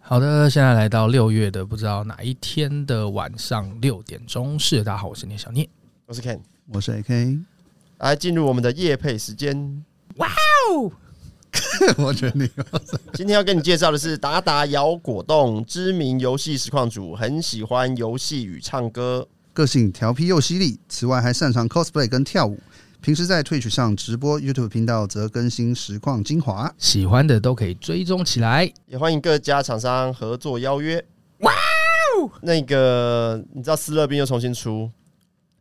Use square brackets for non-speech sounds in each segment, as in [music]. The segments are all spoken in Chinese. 好的，现在来到六月的不知道哪一天的晚上六点钟，是大家好，我是聂小聂。我是 Ken，我是 AK，来进入我们的夜配时间。 [laughs] 我觉得你今天要跟你介绍的是达达摇果冻，知名游戏实况组，很喜欢游戏与唱歌。个性调皮又犀利，此外还擅长 cosplay 跟跳舞。平时在 Twitch 上直播，YouTube 频道则更新实况精华。喜欢的都可以追踪起来。也欢迎各家厂商合作邀约。哇哦！那个你知道斯乐冰又重新出，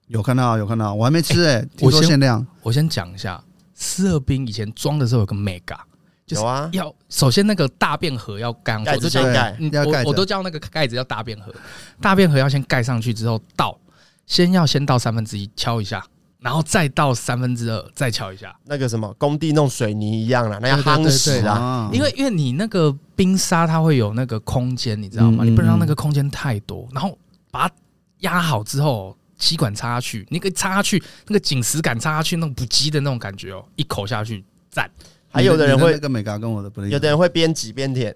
有看到，有看到，我还没吃哎、听我说先限量。我先讲一下，四二冰以前装的时候有个 mega，就是有啊，要首先那个大便盒要盖上去，盖我都子叫先对盖，嗯要盖我着我都叫那个盖子叫大便盒，大便盒要先盖上去之后倒，先要先倒三分之一，敲一下，然后再倒三分之二，再敲一下。那个什么工地弄水泥一样啦，那要夯实对啊。啊因为因为你那个冰沙它会有那个空间，你知道吗？嗯你不能让嗯那个空间太嗯多，然后把它压好之后，吸管插下去，你可以插下去，那个紧实感插下去，那种不羁的那种感觉哦，一口下去，赞！还有的人你会那，个美嘎跟我的不一样，有的人会边挤边舔，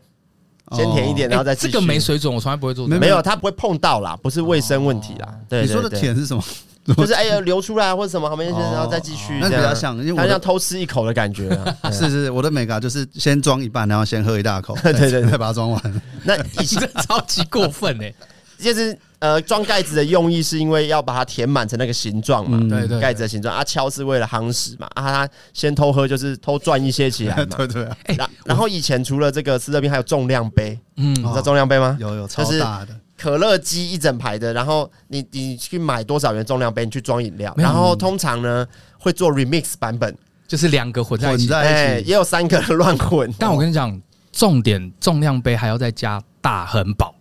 先舔一点，哦然后再哎继这续个没水准，我从来不会做这没个。没有，它不会碰到啦，不是卫生问题啦。对，你对说的对舔是什么？就是哎呀流出来或者什么，旁边就是然后再继续哦那这比样，较像，因为我它像的偷吃一口的感觉啊。对啊 [laughs] 是是是我的美嘎就是先装一半，然后先喝一大口，对对对再把它 [laughs] 装完。那 [laughs] 你这超级过分 [laughs] 哎、哦就是呃，装盖子的用意是因为要把它填满成那个形状嘛，嗯对对对盖子的形状啊，敲是为了夯实嘛，啊，他先偷喝就是偷赚一些起来嘛。 [laughs] 对对啊，对然然后以前除了这个斯乐冰，还有重量杯，嗯，你知道重量杯吗？哦有 [laughs] 有超就是大的，可乐机一整排的，然后你你去买多少元重量杯，你去装饮料，没有然后通常呢会做 remix 版本，哎就是两个混在一混起。在一起。也有三个乱混，但我跟你讲，重点重量杯还要再加大恒宝。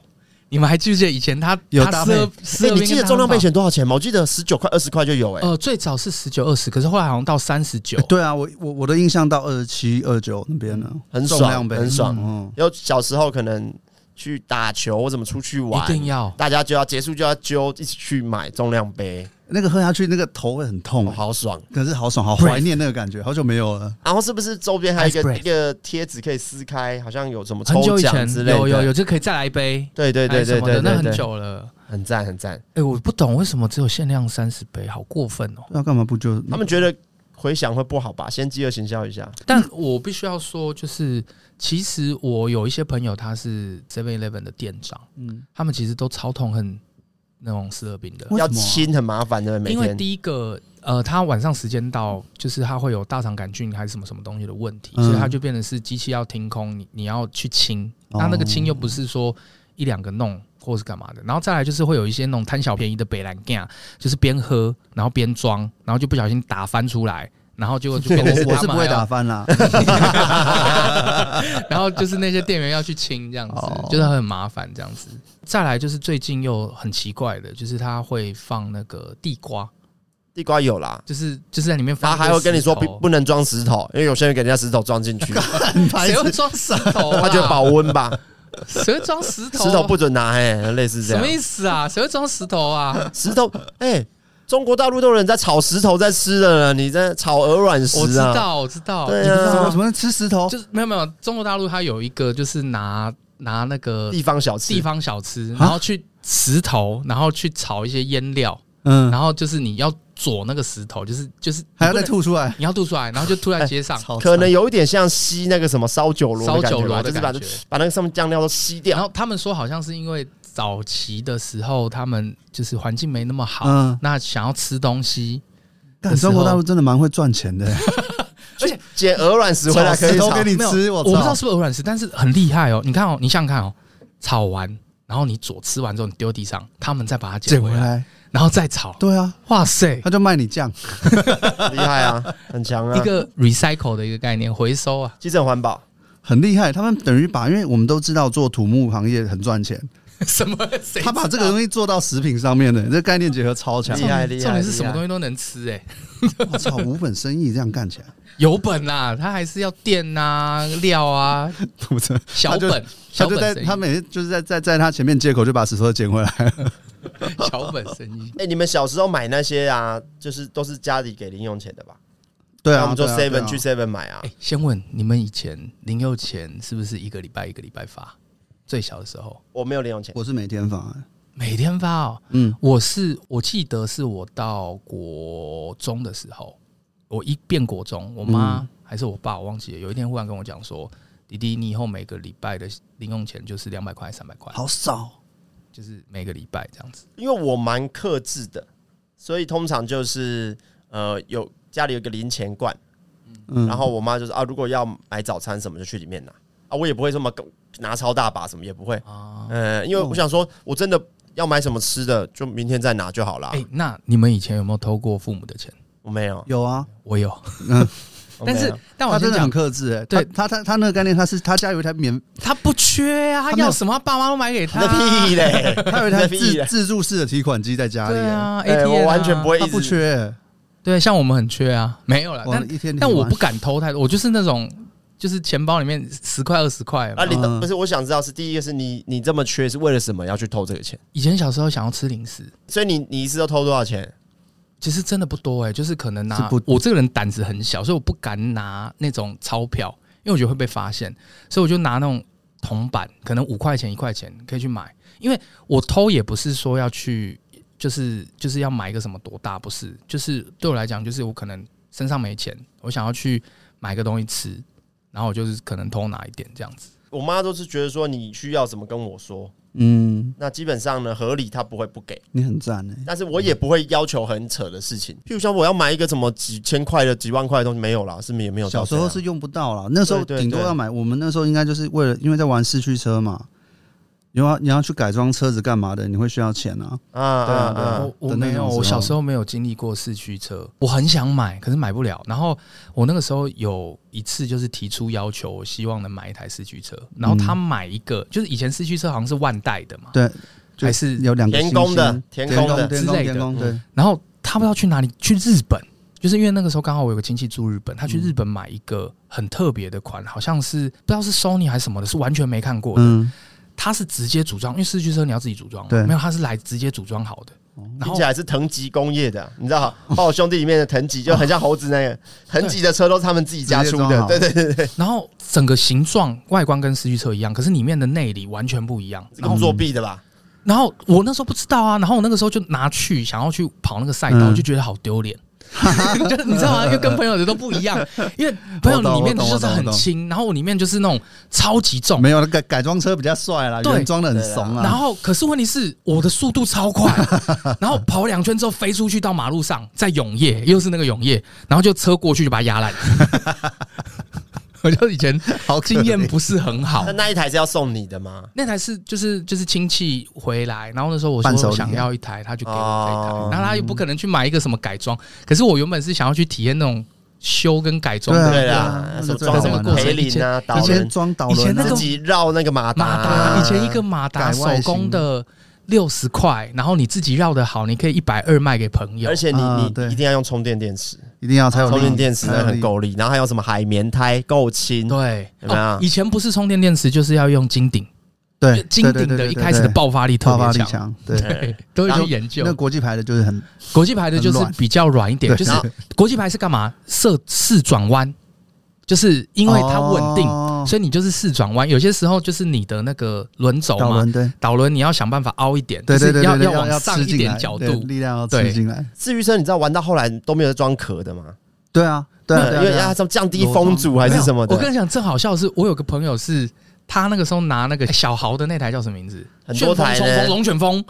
你们还记不记得以前他有他搭四配二四哎，二你冰记跟得大重恒量杯宝钱多少钱吗？我记得十九块、二十块就有哎、呃，最早是十九二十，可是后来好像到三十九哎。对啊，我我我的印象到二十七、二九那边呢，很爽重量杯，很爽嗯，有小时候可能去打球或怎么出去玩，一定要大家就要结束就要揪一起去买重量杯，那个喝下去那个头会很痛哦，，好爽。可是好爽，好 Brave 怀念那个感觉，好久没有了。然后是不是周边还有一 Ice 个 break 一个贴纸可以撕开，好像有什么很抽久以奖前之类的？有有有，就可以再来一杯，对对对还是对什么对的，对，那很对，久了。很赞很赞。哎，我不懂为什么只有限量三十杯，好过分哦！要干嘛不就他们觉得回想会不好吧？先饥饿行销一下， [laughs] 但我必须要说，就是其实我有一些朋友他是 Seven Eleven 的店长，嗯，他们其实都超痛恨那种四乐冰的，为什要么啊清很麻烦的，每因为天。第一个，呃，它晚上时间到，就是它会有大肠杆菌还是什么什么东西的问题，嗯所以它就变成是机器要停空，你你要去清，哦那那个清又不是说一两个弄或是干嘛的，然后再来就是会有一些那种贪小便宜的北兰干，就是边喝然后边装，然后就不小心打翻出来。然后结果就 [laughs] 变成我我他是们不会还要打翻啦，然后就是那些店员要去清这样子，哦就是很麻烦这样子。再来就是最近又很奇怪的，就是他会放那个地瓜，地瓜有啦，就是就是在里面然放后一个石头，还会跟你说不不能装石头，因为有些人给人家石头装进 [laughs] 去，谁会装石头、啊？ [laughs] 他觉得保温吧，谁会装石头？ [laughs] 啊石头不准拿，哎，类似这什样么。意思啊？谁会装石头 [laughs] 啊？石头，哎、中国大陆都有人在炒石头在吃的了，你在炒鹅卵石啊？我知道，我知道，对你不知道为啊什，么吃石头？就是没有没有，中国大陆它有一个就是拿拿那个地方小吃，啊地方小吃，然后去石头，然后去炒一些腌料，嗯，然后就是你要佐那个石头，就是就是还要再你不能吐出来，你要吐出来，然后就哎吐在街上，超可能有一点像吸那个什么烧酒螺烧的感酒觉吧，楼的就是把感觉。啊把那个上面酱料都吸然掉。后他们说，好像是因为早期的时候，他们就是环境没那么好，嗯，那想要吃东西，干的时候中国大陆真的蛮会赚 [laughs] 钱的，捡鹅卵石回来可 [laughs] 以石头炒，给你没吃，有我我不知道操是不是鹅卵石，但是很厉害哦。你看哦，你想想看哦，炒完，然后你左吃完之后你丢地上，他们再把它捡捡回回来，来，然后再炒。对啊，哇 [laughs] 塞，他就卖你酱，厉害啊，很强啊 [laughs] 一，个 recycle 的一个概念，回收啊， [laughs] 基层环保。很厉害。他们等于把，因为我们都知道做土木行业很赚钱，什么？哎谁他把这个东西做到食品上面的，这概念结合超 [laughs] 强厉。害厉害重点是厉害什么东西都能吃哎、我操，无本生意这样干起来， [laughs] 有本啦、他还是要店啊、料 [laughs] 啊、我真的小本，他小就本在生意他每天就是在在在他前面借口就把石头捡回来。小本生意。 [laughs] 哎、你们小时候买那些啊，就是都是家里给零用钱的吧？对啊，我们就对啊对啊 seven 去 seven 买啊哎、。先问你们以前零用钱是不是一个礼拜一个礼拜发？最小的时候我没有零用钱，我是每天发，每天发哦。嗯，我是我记得是我到国中的时候，我一变国中，我妈还是我爸，我忘记了。有一天忽然跟我讲说：“弟弟，你以后每个礼拜的零用钱就是两百块、三百块，好少，就是每个礼拜这样子。因为我蛮克制的，所以通常就是呃有家里有个零钱罐，嗯，然后我妈就是啊，如果要买早餐什么就去里面拿啊，我也不会这么拿超大把什么也不哦会，呃，因为我想说我真的要买什么吃的就明天再拿就好啦哎、。那你们以前有没有偷过父母的钱？我没有，有啊，我有，我没但有是但我他先真的讲很，克制、欸。对他他他他那个概念，他是他家有一台免，他不缺啊，他他没有要什么爸妈都买给他。那屁嘞， [laughs] 他有一那台屁自嘞，自助式的提款机在家里、对欸，啊哎，ATM 啊我完全不会一他直不缺、欸，对，像我们很缺啊，没有了。我但一天但我不敢。敢偷太多，我就是那种就是钱包里面十块二十块。啊，啊、你的嗯不是我想知道是第一个是你你这么缺是为了什么要去偷这个钱？以前小时候想要吃零食，所以你你一次都偷多少钱？其实真的不多哎、就是可能是拿不我这个人胆子很小，所以我不敢拿那种钞票，因为我觉得会被发现，所以我就拿那种铜板，可能五块钱一块钱可以去买，因为我偷也不是说要去，就是就是要买一个什么多大，不是，就是对我来讲，就是我可能身上没钱，我想要去买个东西吃，然后我就是可能偷拿一点这样子。我妈都是觉得说你需要什么跟我说，嗯，那基本上呢合理她不会不给，你很赞哎、但是我也不会要求很扯的事情，譬如说我要买一个什么几千块的、几万块的东西没有啦，是没也没有小到时这样。候是用不到了，那时候对对顶多对要买。我们那时候应该就是为了，因为在玩四驱车嘛，你要你要去改装车子干嘛的，你会需要钱啊。啊啊对啊啊我我的那没有，种时候我小时候没有经历过四驱车，我很想买，可是买不了。然后我那个时候有一次就是提出要求，我希望能买一台四驱车。然后嗯他买一个，就是以前四驱车好像是万代的嘛，对，就还是有两个田工的田田工的田之工类的田工对，然后他不知道去哪里，去日本，就是因为那个时候刚好我有个亲戚住日本，他去嗯日本买一个很特别的款，好像是不知道是 Sony 还是什么的，是完全没看过的。嗯，他是直接组装，因为四驱车你要自己组装嘛，对没有，他是来直接组装好的。然听后起来是藤吉工业的，你知道《暴兄弟》里面的藤吉就很像猴子那个，藤吉的车都是他们自己家出直接装的，好对对对对，然后整个形状外观跟四驱车一样，可是里面的内里完全不一样。然后作弊的吧？然后我那时候不知道啊，然后我那个时候就拿去想要去跑那个赛道，嗯就觉得好丢脸。 [laughs] 就是你知道吗？因为跟朋友的都不一样，因为朋友里面的就是很轻，然后我里面就是那种超级重。没有改改装车比较帅啦，对原装的很怂然啊。后，可是问题是我的速度超快， [laughs] 然后跑两圈之后飞出去到马路上，在永业又是那个永业，然后就车过去就把它压烂。 [laughs] 我就以前好可经验怜不是很哦好那，那一台是要送你的吗？那台是就是就是亲戚回来，然后那时候我伴手说礼啊我想要一台，他就给我这一台，哦然后他也不可能去买一个什么改装，可是我原本是想要去体验那种修跟改装对的啊对啦，那什就么最装好什么玩了培林啊、导以前人，装导以轮前那啊个自己绕那个马达马啊，达，以前一个马达改手外形工的六十块，然后你自己绕的好，你可以一百二卖给朋友而，且你啊对你一定要用充电电池，一定要才有充电力电池才呢有很力。够力，然后还有什么海绵胎够轻，对，有没有哦以前不是充电电池，就是要用金顶，对，金对顶对的对一对开始的对爆发力特爆发别力强，强，对， [laughs] 对，都有然后去研究那。国际牌的就是很国际牌的就是很软比较软一点，对就是然后国际牌是干嘛？设四转弯，就是因为它稳定，哦所以你就是四转弯。有些时候就是你的那个轮轴导嘛，轮对。导轮你要想办法凹一点，对对就对是对，对要往上吃一进点来角对度。力量要吃对进来。自愈车你知道玩到后来都没有在装壳的吗？对啊，对啊，对啊因为对啊它什么降低风阻还是什么我跟的，你讲，正好笑的是，我有个朋友是。他那个时候拿那个小豪的那台叫什么名字？很多台呢旋风冲锋龙卷风，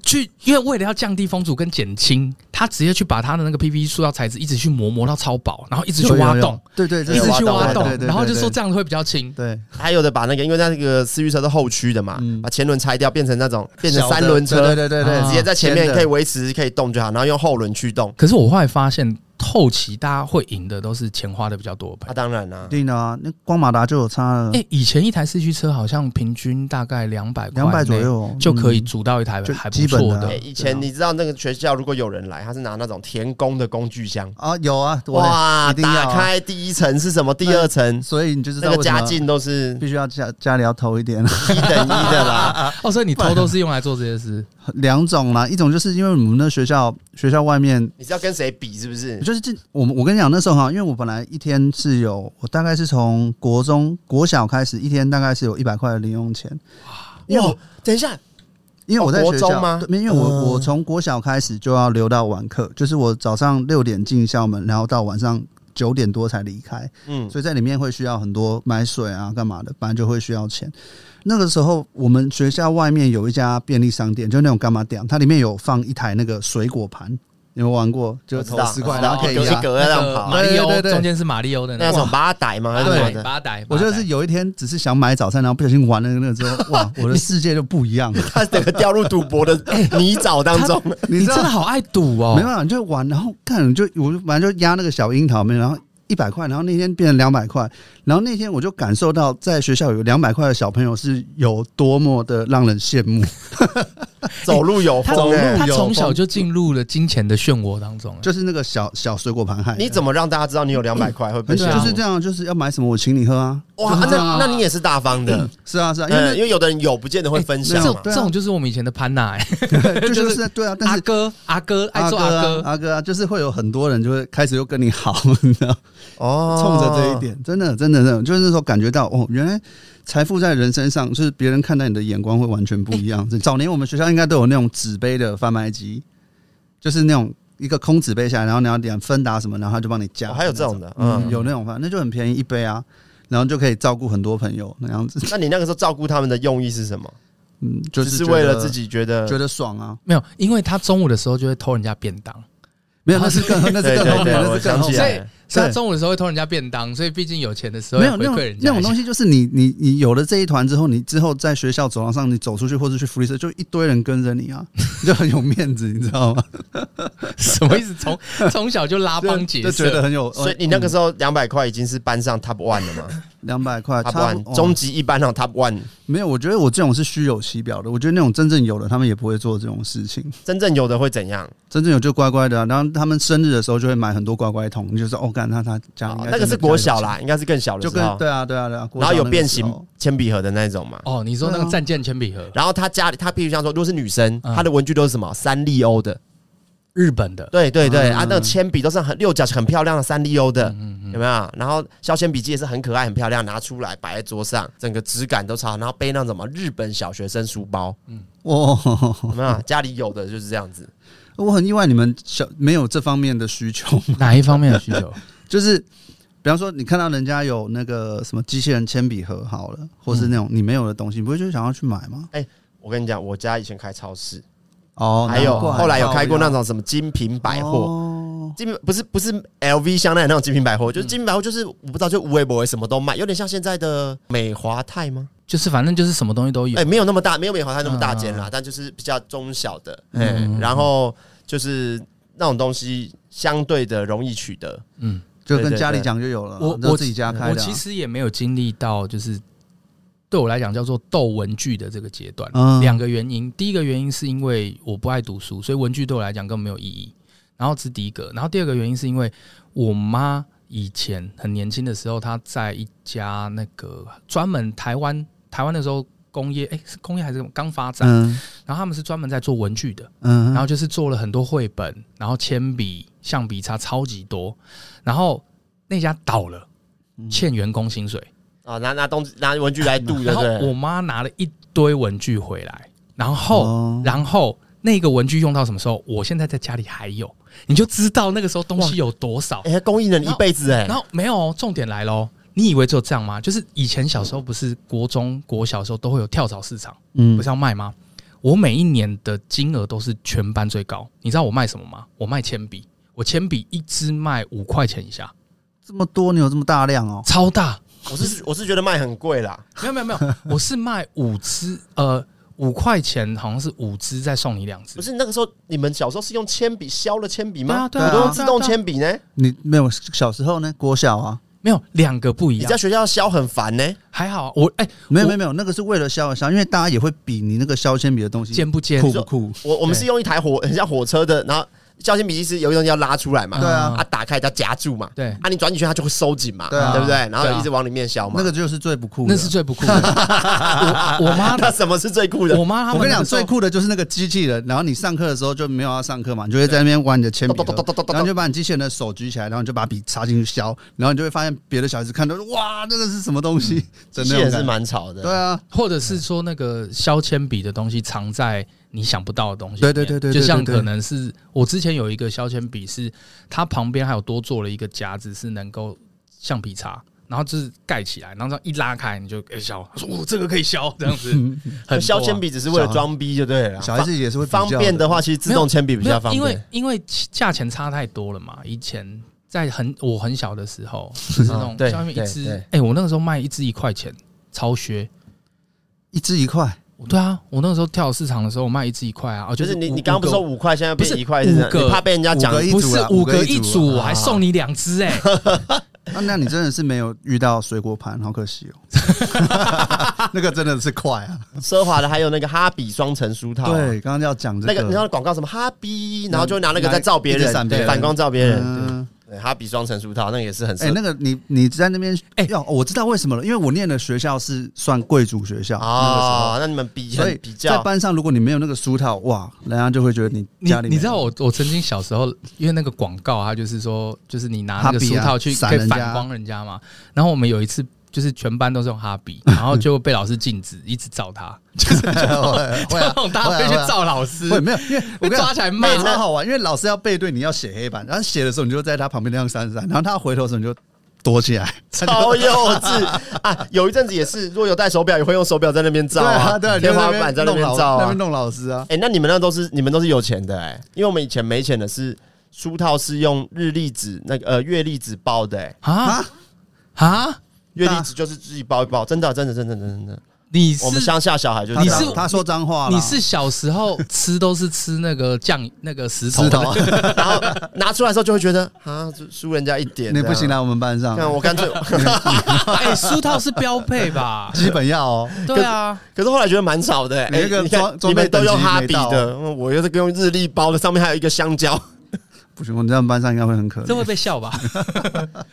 去，因为为了要降低风阻跟减轻，他直接去把他的那个 PVC 塑料材质一直去磨磨到超薄，然后一直去挖洞，，对对，有一有直有去有挖挖洞洞对，然后就说这样会比较轻。对还有的把那个，因为它那个思域车是后驱的嘛，嗯把前轮拆掉，变成那种变成三轮车，对对对对，直接在前面可以维持可以动就好，然后用后轮驱动。可是我后来发现，后期大家会赢的都是钱花的比较多的朋啊，友。当然啦、定的啊，那光马达就有差了哎、，以前一台四驱车好像平均大概两百两百左右就可以组到一台就还不基本错的的啊哎，对以前你知道那个学校如果有人来，他是拿那种田工的工具箱，啊，有啊，我的哇，一定要啊打开第一层是什么？第二层所以你就知那道个为什么家境都是必须要家家里要投一点，一等一的啦。哦，所以你偷都是用来做这些 [laughs] 事。 [laughs] 两种啦，一种就是因为我们那学校学校外面你是要跟谁比是不是？就是进我们我跟你讲那时候哈，因为我本来一天是有我大概是从国中国小开始，一天大概是有一百块的零用钱，因为哇我，等一下，因为我在哦国学校中吗对因为我、嗯我从国小开始就要留到晚课，就是我早上六点进校门，然后到晚上九点多才离开，嗯，所以在里面会需要很多买水啊、干嘛的，反正就会需要钱。那个时候，我们学校外面有一家便利商店，就那种干嘛店，它里面有放一台那个水果盘，你们玩过？就我知投道十块，我知然道后可以有一压。格在那让个跑，啊马里对对欧对中间是马里欧的那那要什种，么把它逮吗？还八是什代么的？八代，我就是有一天只是想买早餐，然后不小心玩了那个之后，哇，我的世界就不一样了。他整个掉入赌 [laughs] 博的哎泥沼当中。你你知真道的好爱赌哦没。啊办法，你就玩，然后看，你就我就反正就压那个小樱桃面，然后一百块，然后那天变成两百块，然后那天我就感受到在学校有两百块的小朋友是有多么的让人羡慕。走路有他风、欸，他有从小就进入了金钱的漩涡当中，就是那个小小水果盘害的。你怎么让大家知道你有两百块会被对很吓啊就是到？这样，就是要买什么我请你喝啊。哇，就是啊这样啊那那你也是大方的， [laughs] 是啊是啊，因嗯，因为为有的人有不见得会分这享种嘛。对这啊种就是我们以前的潘娜，哎那就就是是对啊， [laughs] 但阿是哥阿哥爱做阿阿哥啊哥，阿哥啊，就是会有很多人就会开始又跟你好， [laughs] 你知道，哦冲着这一，点，真的真的真的，就是那时候感觉到哦，原来财富在人身上，就是别人看待你的眼光会完全不 [laughs] 一样。早年我们学校应该都有那种纸杯的贩卖机，就是那种一个空纸杯下来，然后你要点芬达什么，然后他就帮你加。哦还有这种的，嗯，嗯。有那种饭，那就很便宜一杯啊，然后就可以照顾很多朋友那样子。那你那个时候照顾他们的用意是什么？嗯，就只是是觉为了得自己觉得觉得爽啊，没有，因为他中午的时候就会偷人家便当，没有，那是更那是对更对后对面，，那我是更想后起面。来面了，哦所以他对中午的时候会偷人家便当，所以毕竟有钱的时候没要有回那种馈人家那种东西，西，就是你你你有了这一团之后，你之后在学校走廊上，你走出去或者去福利社，就一堆人跟着你啊， [laughs] 你就很有面子，你知道吗？ [laughs] 什么意思？ [laughs] 从从小就拉帮就结觉得社，很有。哦所以你那个时候两百块已经是班上 top one 了嘛两百块， ？top 差不 one 哦终极一班上 top one，没有，我觉得我这种是虚有其表的。我觉得那种真正有的，他们也不会做这种事情。真正有的会怎样？真正有就乖乖的啊、然后他们生日的时候就会买很多乖乖桶，你就说哦，干他他家应哦该那个真是的国比较小有啦，应该是更小钱，的就时跟候。对啊对啊对啊，国然后小有那个变时形候铅笔盒的那种嘛。哦，你说那对个啊战舰铅笔盒，然后他家里，他必须这样说，如果是女生，嗯她的文具都是什么三丽鸥的，日本的，对对对，嗯啊，那个铅笔都是很六角很漂亮的三丽鸥的，有没有？然后削铅笔机也是很可爱很漂亮，拿出来摆在桌上，整个质感都超好。然后背那种什么日本小学生书 [laughs] 包，哦，有没有？家里有的就是这样子，我很意外你们小没有这方面的需求。 [laughs] 哪一方面的需求？就是比方说，你看到人家有那个什么机器人铅笔盒好了，或是那种你没有的东西，你不会就想要去买吗？我跟你讲，我家以前开超市，哦，还有难怪后来有开过那哦种什么精品百货。哦精品不是不是 LV 香奈儿那种精品百嗯货，就是精品百货，就是我不知道，就无微博什么都卖，有点像现在的美华泰吗？ [laughs] 就是反正就是什么东西都有嗯哎、，没有那么大，没有美华泰那么大间啦，但就是比较中小的，哎、然后就是那种东西相对的容易取得，嗯，就对跟对家里对讲就有了，我都我自己家开的啊。我其实也没有经历到，就是对我来讲叫做斗文具的这个阶段。嗯两、个原因，第一个原因是因为我不爱读书，所以文具对我来讲根本没有意义。然后这是第一个，然后第二个原因是因为我妈以前很年轻的时候，她在一家那个专门台湾台湾那时候工业，哎、是工业还是刚发展，啊嗯然后他们是专门在做文具的。嗯，然后就是做了很多绘本，然后铅笔、橡皮擦超级多，然后那家倒了，嗯欠员工薪水，啊，拿拿东拿文具来度，[laughs] 对然不后对？我妈拿了一堆文具回来，然后、哦然后那个文具用到什么时候？我现在在家里还有，你就知道那个时候东西有多少哎、。公益人一辈子哎、然后没有哦，重点来喽。你以为只有这样吗？就是以前小时候不是国中、国小的时候都会有跳蚤市场，嗯不是要卖吗？我每一年的金额都是全班最高。你知道我卖什么吗？我卖铅笔，我铅笔一支卖五块钱以下，这么多，你有这么大量哦？超大。我是我是觉得卖很贵啦，没有没有没 [laughs] 有，我是卖五支，呃，五块钱好像是五支，再送你两支不。是那个时候你们小时候是用铅笔削了铅笔对啊吗？对啊我都对用啊自动铅笔呢，你没有小时候呢？国小啊，没有两个不一你样在，学校削很烦呢。还好啊我哎、没有我没有没有，那个是为了削而削，因为大家也会比你那个削铅笔的东西尖不尖？酷不酷。我我们对是用一台火很像火车的，然后削铅笔其实有一种要拉出来嘛，对啊啊打开它夹住嘛，对啊你转进去它就会收紧嘛，对啊不对？然对啊后一直往里面削嘛。那个就是最不酷的。那是最不酷 [laughs] 的。我我妈 [laughs] 那什么是最酷的？我妈他们我跟你那讲，时候最酷的就是那个机器人，然后你上课的时候就没有要上课嘛，你就会在那边玩你的铅笔盒咚咚咚咚咚，咚然后就把你机器人的手举起来，然后你就把笔插进去削，然后你就会发现别的小孩子看到哇，那个是什么东西？ [laughs] 嗯 [laughs] 真机器的有人是蛮吵的，对啊，或者是说那个削铅笔的东西藏在你想不到的东西里对面，对对对对就像对对可能是我之前有一个削铅笔是它旁边还有多做了一个夹子，是能够橡皮擦。然后就是盖起来，然后这样一拉开你就哎削，他说哦这个可以削，这样 [laughs] 子很多啊就削铅笔只是为了装逼就对了。小孩子也是会比较方便的，话，其实自动铅笔比没有较方因为便。因为价钱差太多了嘛。以前在很我很小的时候，就是那种嗯对削铅笔一对支，对哎、我那个时候卖一支一块钱，超削。一支一块，对啊，我那个时候跳市场的时候，我卖一支一块啊，哦就是你五你刚刚不是说五个五块，现在不是变一块，是这样五个你怕被人家讲五个一不组是啦五五个啊个一一组，啊组我还送你两只 [laughs] 哎，啊那那你真的是没有遇到水果盘，好可惜 [laughs] 哦。 [laughs] 那个真的是快啊！奢华的，还有那个哈比双层书套啊，对，刚刚要讲这那个你知道广告什么哈比，然后就拿那个拿在照别一直人，闪别对人反光照别人。嗯，对哈比双层书套那个也是很哎，奢那个你你在那边，哎哎，哦我知道为什么了，因为我念的学校是算贵族学校那个时候啊，那你们比所很以比在较班上，如果你没有那个书套，哇，人家就会觉得你你家里没你有知道我我曾经小时候，因为那个广告，它就是说，就是你拿那个哈比书啊套去闪可以人家反光人家嘛。然后我们有一次就是全班都是用哈 [laughs] 比，然后就被老师禁止，一直照他，就是这 [laughs] 会啊种大 [laughs] 家会去会啊照老师，会没有，因为被我跟你抓讲起来骂。超好玩，因为老师要背对你要写黑板，然后写的时候你就在他旁边那样闪闪，然后他回头的时候你就躲起来。 [laughs] 超幼稚 [laughs] 啊！有一阵子也是，若有戴手表，也会用手表在那边照对啊，对啊，你就天在花那板在那弄边老照那啊边。弄老师啊。哎，那你们那都是你们都是有钱的哎，因为我们以前没钱的是书套是用日历纸那个呃月历纸包的哎，啊啊！月历纸就是自己包一包，真的真的真的真的真的。你是我们乡下小孩就是他你这样是他说脏话啦，你是小时候吃都是吃那个酱那个石头石的 [laughs] 头，然后 [laughs] 拿出来的时候就会觉得啊输输人家一点， [laughs] 你不行啊！来我们班上，？看我干脆，哎，书套是标配吧 [laughs] 基本要哦。对啊，可是后来觉得蛮少的、欸，你那个哎你看装你装备们都用哈比等级没的，嗯我又是用日历包的，上面还有一个香蕉。不行，我们这样班上应该会很可这怜会。被笑吧？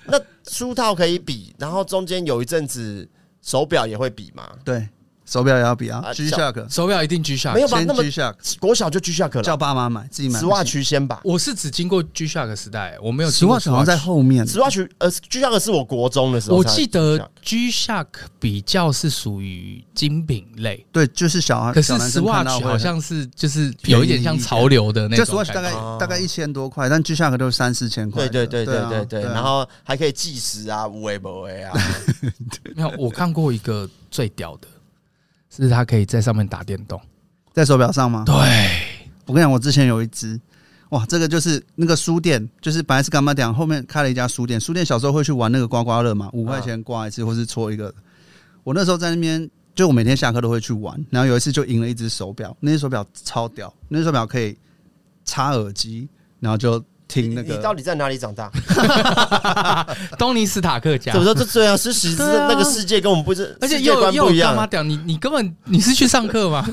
那书套可以比，然后中间有一阵子手表也会比嘛，对，手表也要比啊啊，G 小 Shock 手表一定 G Shock，没有吧先那么 G Shock，国小就 G Shock 叫了，爸妈买，自己买。十 watch 先吧。我是只经过 G Shock 时代，我没有十经过 watch 好像在 Swatch。后面，十 watch 呃，G Shock 是我国中的时候我才，记得 G Shock 比较是属于精品类，对，就是小啊孩。可是小男生看到 Swatch 会好很像是就是有一点像潮流的那就种 Swatch 大感觉概哦大概一千多块，但 G Shock 都是三四千块对的。对对对啊对对，啊然后还可以计时啊，无为不为啊，没有，我看过一个最屌的，是它可以在上面打电动。啊在手表上吗？对，我跟你讲，我之前有一只，哇，这个就是那个书店，就是本来是干嘛讲，后面开了一家书店。书店小时候会去玩那个刮刮乐嘛，五块钱刮一次，或是搓一个。我那时候在那边，就我每天下课都会去玩，然后有一次就赢了一只手表，那只手表超屌，那只手表可以插耳机，然后就听那你到个。底在哪里长大？东尼斯塔克家怎么，说？这对啊，是实质对啊那个世界跟我们不是，而且世界又观又不一有干样嘛。屌？你你根本你是去上课 [laughs] 吗？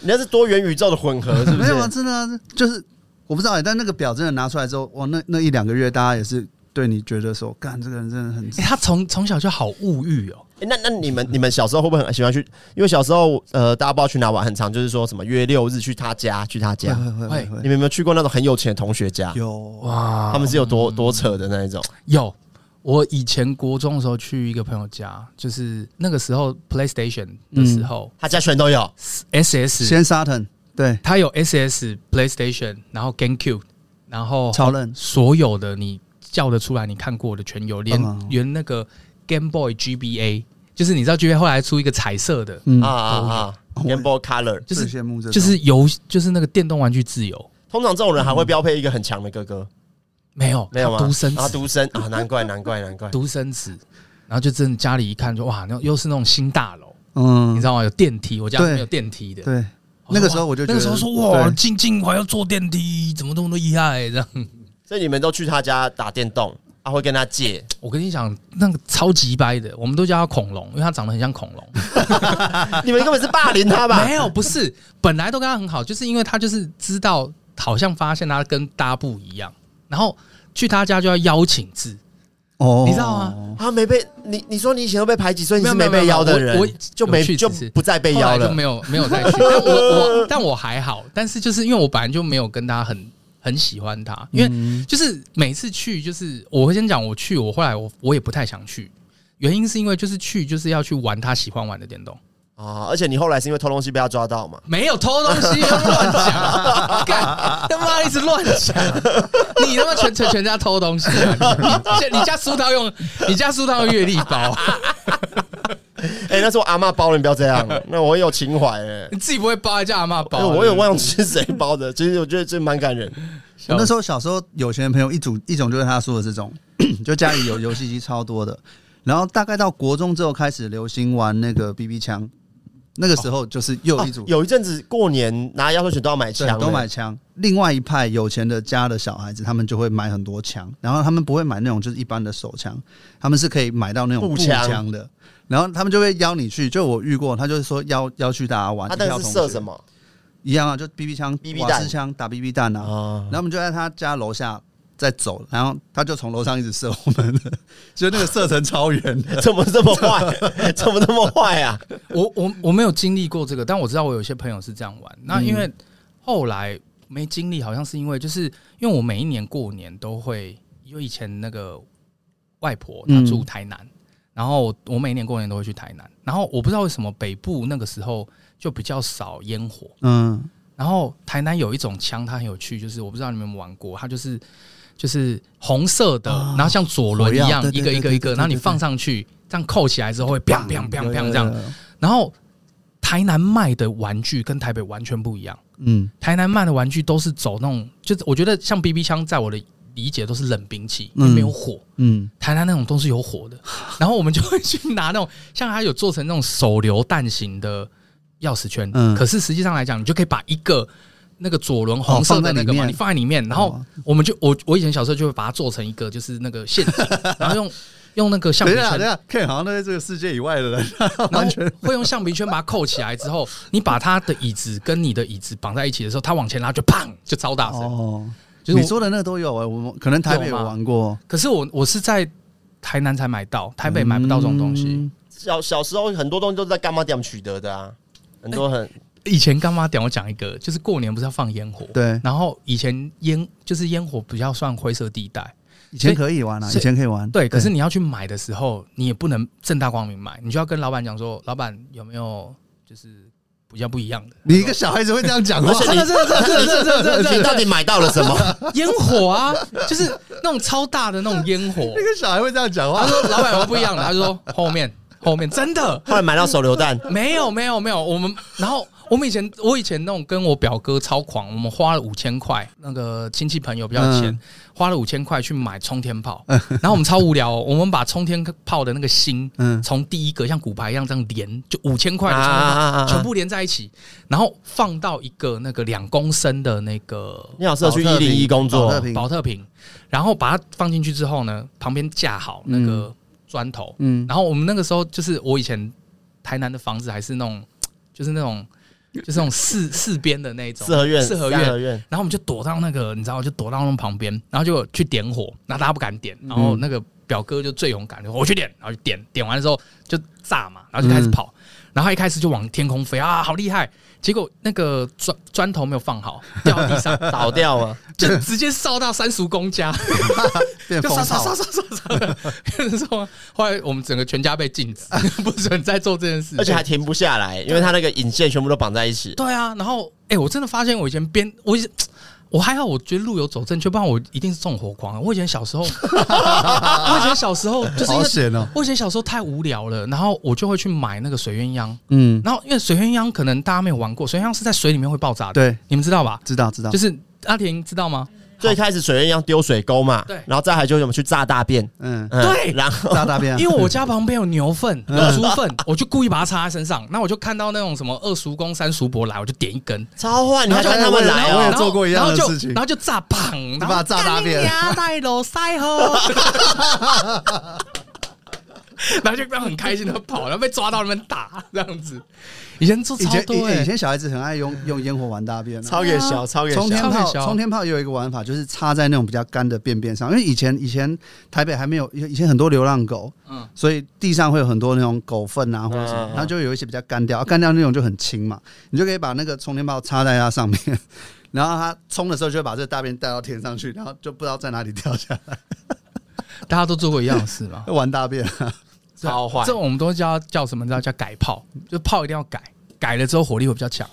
你那是多元宇宙的混合，是不没是有？啊，真的啊、 [laughs] 就是我不知道、欸，但那个表真的拿出来之后，哇，那那一两个月大家也是对你觉得说，干这个人真的很欸他从从小就好物欲哦，欸那那你们你们小时候会不会很喜欢去？因为小时候呃，大家不知道去哪玩，很常就是说什么约六日去他家，去他嗯家。会会会会你们有没有去过那种很有钱的同学家？有哇他们是有嗯多多扯的那一种，有，我以前国中的时候去一个朋友家，就是那个时候 PlayStation 的时候、他家全都有。 SS，先 Saturn 对它有 SS PlayStation，然后 GameCube，然后超人所有的你叫得出来、你看过的全有，连嗯连那个 Game Boy GBA。就是你知道 G P 后来出一个彩色的，嗯啊啊啊哦！Game Boy Color，就是最羡慕这种就是游就是那个电动玩具自由通常这种人还会标配一个很强的哥哥，没有没有吗？嗯独生啊，子独生啊，难怪难怪难怪。独生子，然后就真的家里一看就哇，那又是那种新大楼，嗯，你知道吗？有电梯，我家对没有电梯的。对，我说那个时候我就哇那个觉时得候说哇，对静静还要坐电梯，怎么这么厉害？这样，所以你们都去他家打电动，他会跟他 [laughs] 借，我跟你讲，那个超级掰的，我们都叫他恐龙，因为他长得很像恐龙。你们根本是霸凌他吧没？有，不是，本来都跟他很好，就是因为他就是知道，好像发现他跟大家不一样，然后去他家就要邀请制，哦你知道吗？啊，没被你你说你以前都被排挤，所以你是没有没有被邀的没人有我我，就没有去就只是不再被后邀来就了没。 [laughs] 有没有再去。但我我但我还好，但是就是因为我本来就没有跟他很很喜欢他，因嗯为就是每次去就是我会先讲我去，我后来我我也不太想去，原因是因为就是去就是要去玩他喜欢玩的电动。啊！而且你后来是因为偷东西被他抓到嘛？ [laughs] 没有偷东西，他妈乱讲，干他妈一直乱讲，你他妈全全全家偷东西、啊，你你你家苏涛用你家苏涛用阅历包，哎、那是我阿嬷包的，你不要这 [laughs] 样。那我也有情怀哎、你自己不会包，还叫阿妈因为包，哎我也忘记是谁包的。其实我觉得这蛮感人。我那时候候小时候有钱的朋友一种一种就是他说的这种， [clears throat] 就家里有游戏机超多的，然后大概到国中之后开始流行玩那个 BB 枪，那个时候就是又有一组、啊有一阵子过年拿压岁钱都要买对枪、欸都买枪，另外一派有钱的家的小孩子，他们就会买很多枪，然后他们不会买那种就是一般的手枪，他们是可以买到那种步步枪枪的，然后他们就会邀你去，就我遇过，他就是说邀邀去大家玩，他那一票啊个是同射学什么一样啊，就 BB 枪、 BB 瓦弹斯枪打 BB 弹啊，啊 [laughs] 然？后我们就在他家楼下在走，然后他就从楼上一直射我们， [laughs] 就那个射程超远的。怎么这 [laughs] 么坏？怎么这么坏啊？我我我没有经历过这个，但我知道我有些朋友是这样玩。嗯那因为后来没经历，好像是因为就是因为我每一年过年都会，因为以前那个外婆她住台南，嗯然后我我每一年过年都会去台南，然后我不知道为什么北部那个时候就比较少烟火，嗯，然后台南有一种枪，它很有趣，就是我不知道你们有没有玩过，它就是就是红色的，然后像左轮一样啊火药，对一个对一个一个，对对对然后你对对放上去，这样扣起来之后会砰砰砰砰这样有。有。有然后台南卖的玩具跟台北完全不一样，嗯台南卖的玩具都是走那种，就是我觉得像 BB 枪，在我的理解都是冷兵器，因嗯为没有火。嗯，台南那种都是有火的，然后我们就会去拿那种，像它有做成那种手榴弹型的钥匙圈，嗯可是实际上来讲，你就可以把一个那个左轮红色的那个嘛，哦放在里面你放在里面，然后哦我们就我我以前小时候就会把它做成一个就是那个陷 [laughs] 阱，然后用用那个橡等皮一下，圈等一，下，Ken 好像都在这个世界以外的人，然 [laughs] 完后全会用橡皮圈把它扣起来之后，你把它的椅子跟你的椅子绑在一起的时候，它往前拉就砰就超大声。哦。就是我你说的那个都有啊，我们可能台北有玩过，可是我我是在台南才买到，台北买不到这种东西嗯。。小小时候很多东西都是在干妈店取得的啊，很多很以前干妈点我讲一个，就是过年不是要放烟火，对，然后以前烟就是烟火比较算灰色地带，以前可以玩啊，所以以前可以玩。对。可是你要去买的时候，你也不能正大光明买，你就要跟老板讲说，老板有没有就是比较不一样的你一个小孩子会这样讲话而，且你你到底买到了什么？ [laughs] 烟火啊？就是那种超大的那种烟火。 [laughs] 一个小孩会这样讲他话，说老板有没有不一样的，他就说后面后面真的后来买到手榴弹，没有没有没有，我们然后我们以前我以前那种跟我表哥超狂，我们花了五千块，那个亲戚朋友比较有钱，嗯花了五千块去买冲天炮，然后我们超无聊、哦，我们把冲天炮的那个芯嗯，从第一个像骨牌一样这样连，就五千块的啊冲天炮、啊啊啊全部连在一起，然后放到一个那个两公升的那个你好适合去一零一工保作特，瓶保特瓶，然后把它放进去之后呢，旁边架好那个砖头， [laughs] 嗯，然后我们那个时候就是我以前台南的房子还是那种，就是那种就是那种 [laughs] 四四边的那一种四合院，四合三院。合啊院，然后我们就躲到那个，你知道，就躲到那种旁边，然后就去点火，然后大家不敢点，然后嗯那个表哥就最勇敢，就说我去点，然后就点，点完了之后就炸嘛，然后就嗯开始跑，然后他一开始就往天空飞啊，好厉害！结果那个砖砖头没有放好，掉到地上， [laughs] 倒掉啊！ [laughs] 就直接烧到三叔公家，变就疯杀杀杀炮杀杀杀的，变成说，后来我们整个全家被禁止，不准再做这件事，而且还停不下来，因为他那个引线全部都绑在一起。对啊。然后，哎、我真的发现我以前编，我以前我还好，我觉得路有走正确，不然我一定是纵火狂。我以前小时候，我以前小时候就是因好为险哦。我以前小时候太无聊了，然后我就会去买那个水鸳鸯，嗯，然后因为水鸳鸯可能大家没有玩过，水鸳鸯是在水里面会爆炸的，对，你们知道吧？知道知道就，是阿婷知道吗？最开始水鸳鸯丢水沟嘛，对然后再还就是我们去炸大便，嗯，嗯对然后炸大便啊，因为我家旁边有牛粪、嗯有猪粪， [laughs] 我就故意把它插在身上。那我就看到那种什么二叔公、三叔伯来，我就点一根，超坏，你还然后看就他们来我也哦、哦做过一样的然后就事情然后就炸砰，然把后它炸大便呀，带楼塞吼， [laughs] 然后就很开心的跑，然后被抓到那边打这样子。以前做 [laughs] 以超前以多前以欸，前小孩子很爱用用烟火玩大便啊，超越小，超越小冲，天超炮给，小冲天炮也有一个玩法，就是插在那种比较干的便便上，因为以前以前台北还没有，以前很多流浪狗，嗯所以地上会有很多那种狗粪啊或者什么嗯，嗯嗯然后就有一些比较干掉，啊干掉那种就很轻嘛，你就可以把那个冲天炮插在它上面，然后它冲的时候就会把这个大便带到天上去，然后就不知道在哪里掉下来，。欸大家都做过一样的事嘛 [laughs] 玩大便，啊超坏这，我们都叫叫什么？你知道叫改炮，就炮一定要改，改了之后火力会比较强。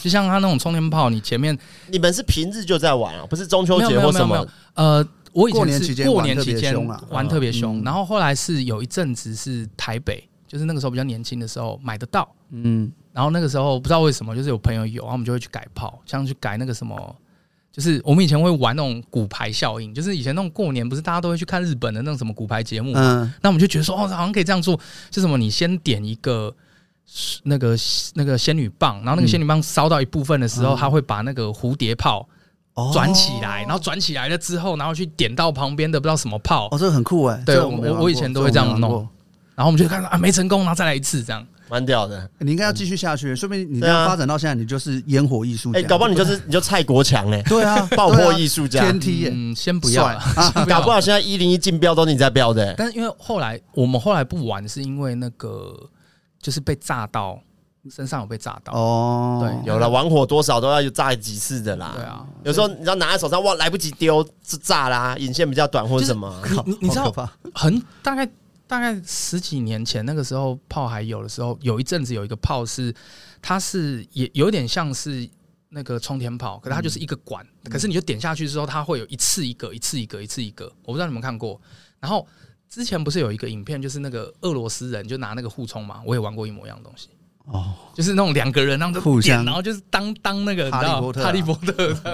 就像他那种冲天炮，你前面你们是平日就在玩啊，不是中秋没有节没有或没有什没么有？呃，我以前过年是期间过玩年特期别间凶啦玩特别凶，嗯然后后来是有一阵子是台北，就是那个时候比较年轻的时候买得到，嗯，然后那个时候不知道为什么，就是有朋友有，然后我们就会去改炮，像去改那个什么，就是我们以前会玩那种骨牌效应，就是以前那种过年不是大家都会去看日本的那种什么骨牌节目，嗯，那我们就觉得说哦，好像可以这样做，是什么？你先点一个。那个那个仙女棒，然后那嗯个仙女棒烧到一部分的时候，它会把那个蝴蝶炮哦转起来，然后转起来了之后，然后去点到旁边的不知道什么炮，哦，这个很酷哎，对这个没我玩我以过前都这会个我这样没玩弄过然后我们就看到啊没成功，然后再来一次这样。蛮屌的。你应该要继续下去，说明你这对啊样发展到现在，你就是烟火艺术家。哎，搞不好你就是你就蔡国强哎嘞，对啊，爆对破啊艺术家，天梯耶，嗯，先不要了，啊先搞不要。好现在一零一竞标都你在标的。但是因为后来我们后来不玩，是因为那个就是被炸到，身上有被炸到。哦，对有了玩火多少都要有炸几次的啦。对啊，有时候你知道拿在手上哇，来不及丢，是炸啦，引线比较短或者什么。你你你知好道可怕很大概大概十几年前那个时候炮还有的时候，有一阵子有一个炮是它是也有点像是那个冲天炮，可是它嗯就是一个管，可是你就点下去之后，它会有一次一个，一次一个，一次一个，我不知道你们看过。然后之前不是有一个影片，就是那个俄罗斯人就拿那个互冲嘛，我也玩过一模一样的东西。哦， [laughs] 就是那种两个人，然后就互点相然后就是当当那个你知哈利道波特啊哈利波特这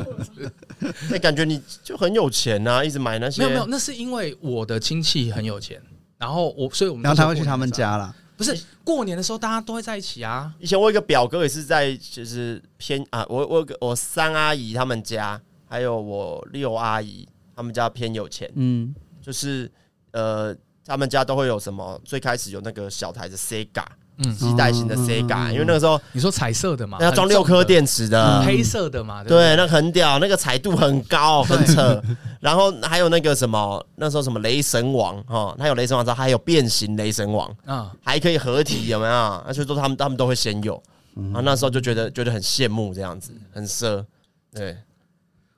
样 [laughs] 那哎感觉你就很有钱啊呐，一直买那些。没有没有，那是因为我的亲戚很有钱，然后我所以我们然后他会那时候过年的去他们时候，家啦，不是过年的时候大家都会在一起啊。以前我有一个表哥也是在就是偏啊，我我有个我三阿姨他们家，还有我六阿姨他们家偏有钱，嗯，就是呃他们家都会有什么，最开始有那个小台的 Sega 嗯，啊机带型的嗯嗯嗯 Sega，、嗯因为那个时候你说彩色的嘛，要装很重六颗的、电嗯池的，黑色的嗯嘛，对不对，那个很屌，那个彩度很高，很扯。然后还有那个什么，那时候什么雷神王哦，他有雷神王之后，还有变形雷神王，对啊，还可以合体，有没有？那就都他们他们都会先有，嗯然后那时候就觉得觉得很羡慕这样子，很奢。对，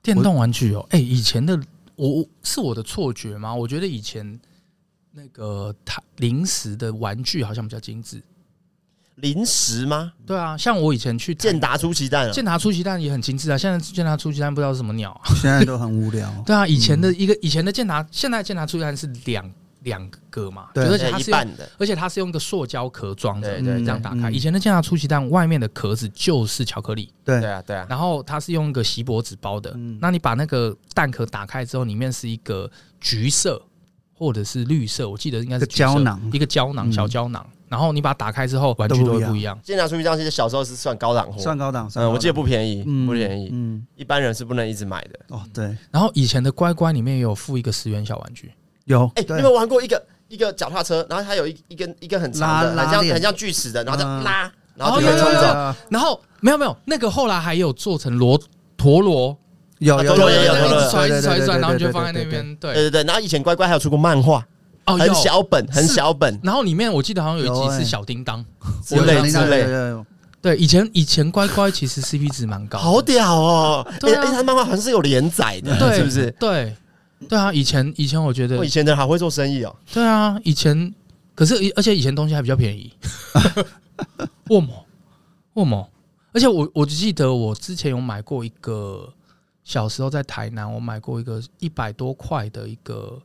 电动玩具哦，哎、以前的我我是我的错觉吗？我觉得以前那个它零食的玩具好像比较精致。零食吗？对啊，像我以前去健健达出奇蛋啊，健达出奇蛋也很精致啊，现在健达出奇蛋不知道是什么鸟啊、 [laughs]。现在都很无聊对啊，以前嗯的一个、以前的健达，现在健达出奇蛋是两两个嘛，对就是而且它对是一用半的，而且它是用一个塑胶壳装的，对对这对样打开。嗯以前的健达出奇蛋外面的壳子就是巧克力，对对，啊对啊，然后它是用一个锡箔纸包的。嗯那你把那个蛋壳打开之后，里面是一个橘色或者是绿色，我记得应该是一个橘色胶囊一个胶囊嗯小胶囊。然后你把它打开之后，玩具都都不一会样不一样。健达出奇蛋其实小时候是算高档货，算高档，嗯，算高档我记得不便宜，嗯不便宜，嗯，一般人是不能一直买的。哦，对，然后以前的乖乖里面也有附一个十元小玩具，有，哎、对你有没有玩过一个一个脚踏车，然后它有一一根一根很长的，拉很像拉链很像锯齿的，然后这样嗯拉，然后哦就有会有冲有走。然后没有没有，那个后来还有做成罗陀螺，有有对有对一对对直甩一直甩一直甩，对对对对对然后你就放在对那对边。对对，对对，然后以前乖乖还有出过漫画，哦，很有。小本，很是小本然后里面我记得好像有一有集欸是小叮当。之类之类，类，对，以前以前乖乖其实 CP 值蛮高的，好屌哦！[laughs] 哎，对啊哎他漫画好像是有连载 [laughs] 的，对，是不是？？对，对啊，以前以前我觉得我以，前的人好会做生意哦，对啊，以前可是而且以前东西还比较便宜， [laughs] 沃某沃某，而且我我只记得我之前有买过一个小时候在台南，我买过一个一百多块的一个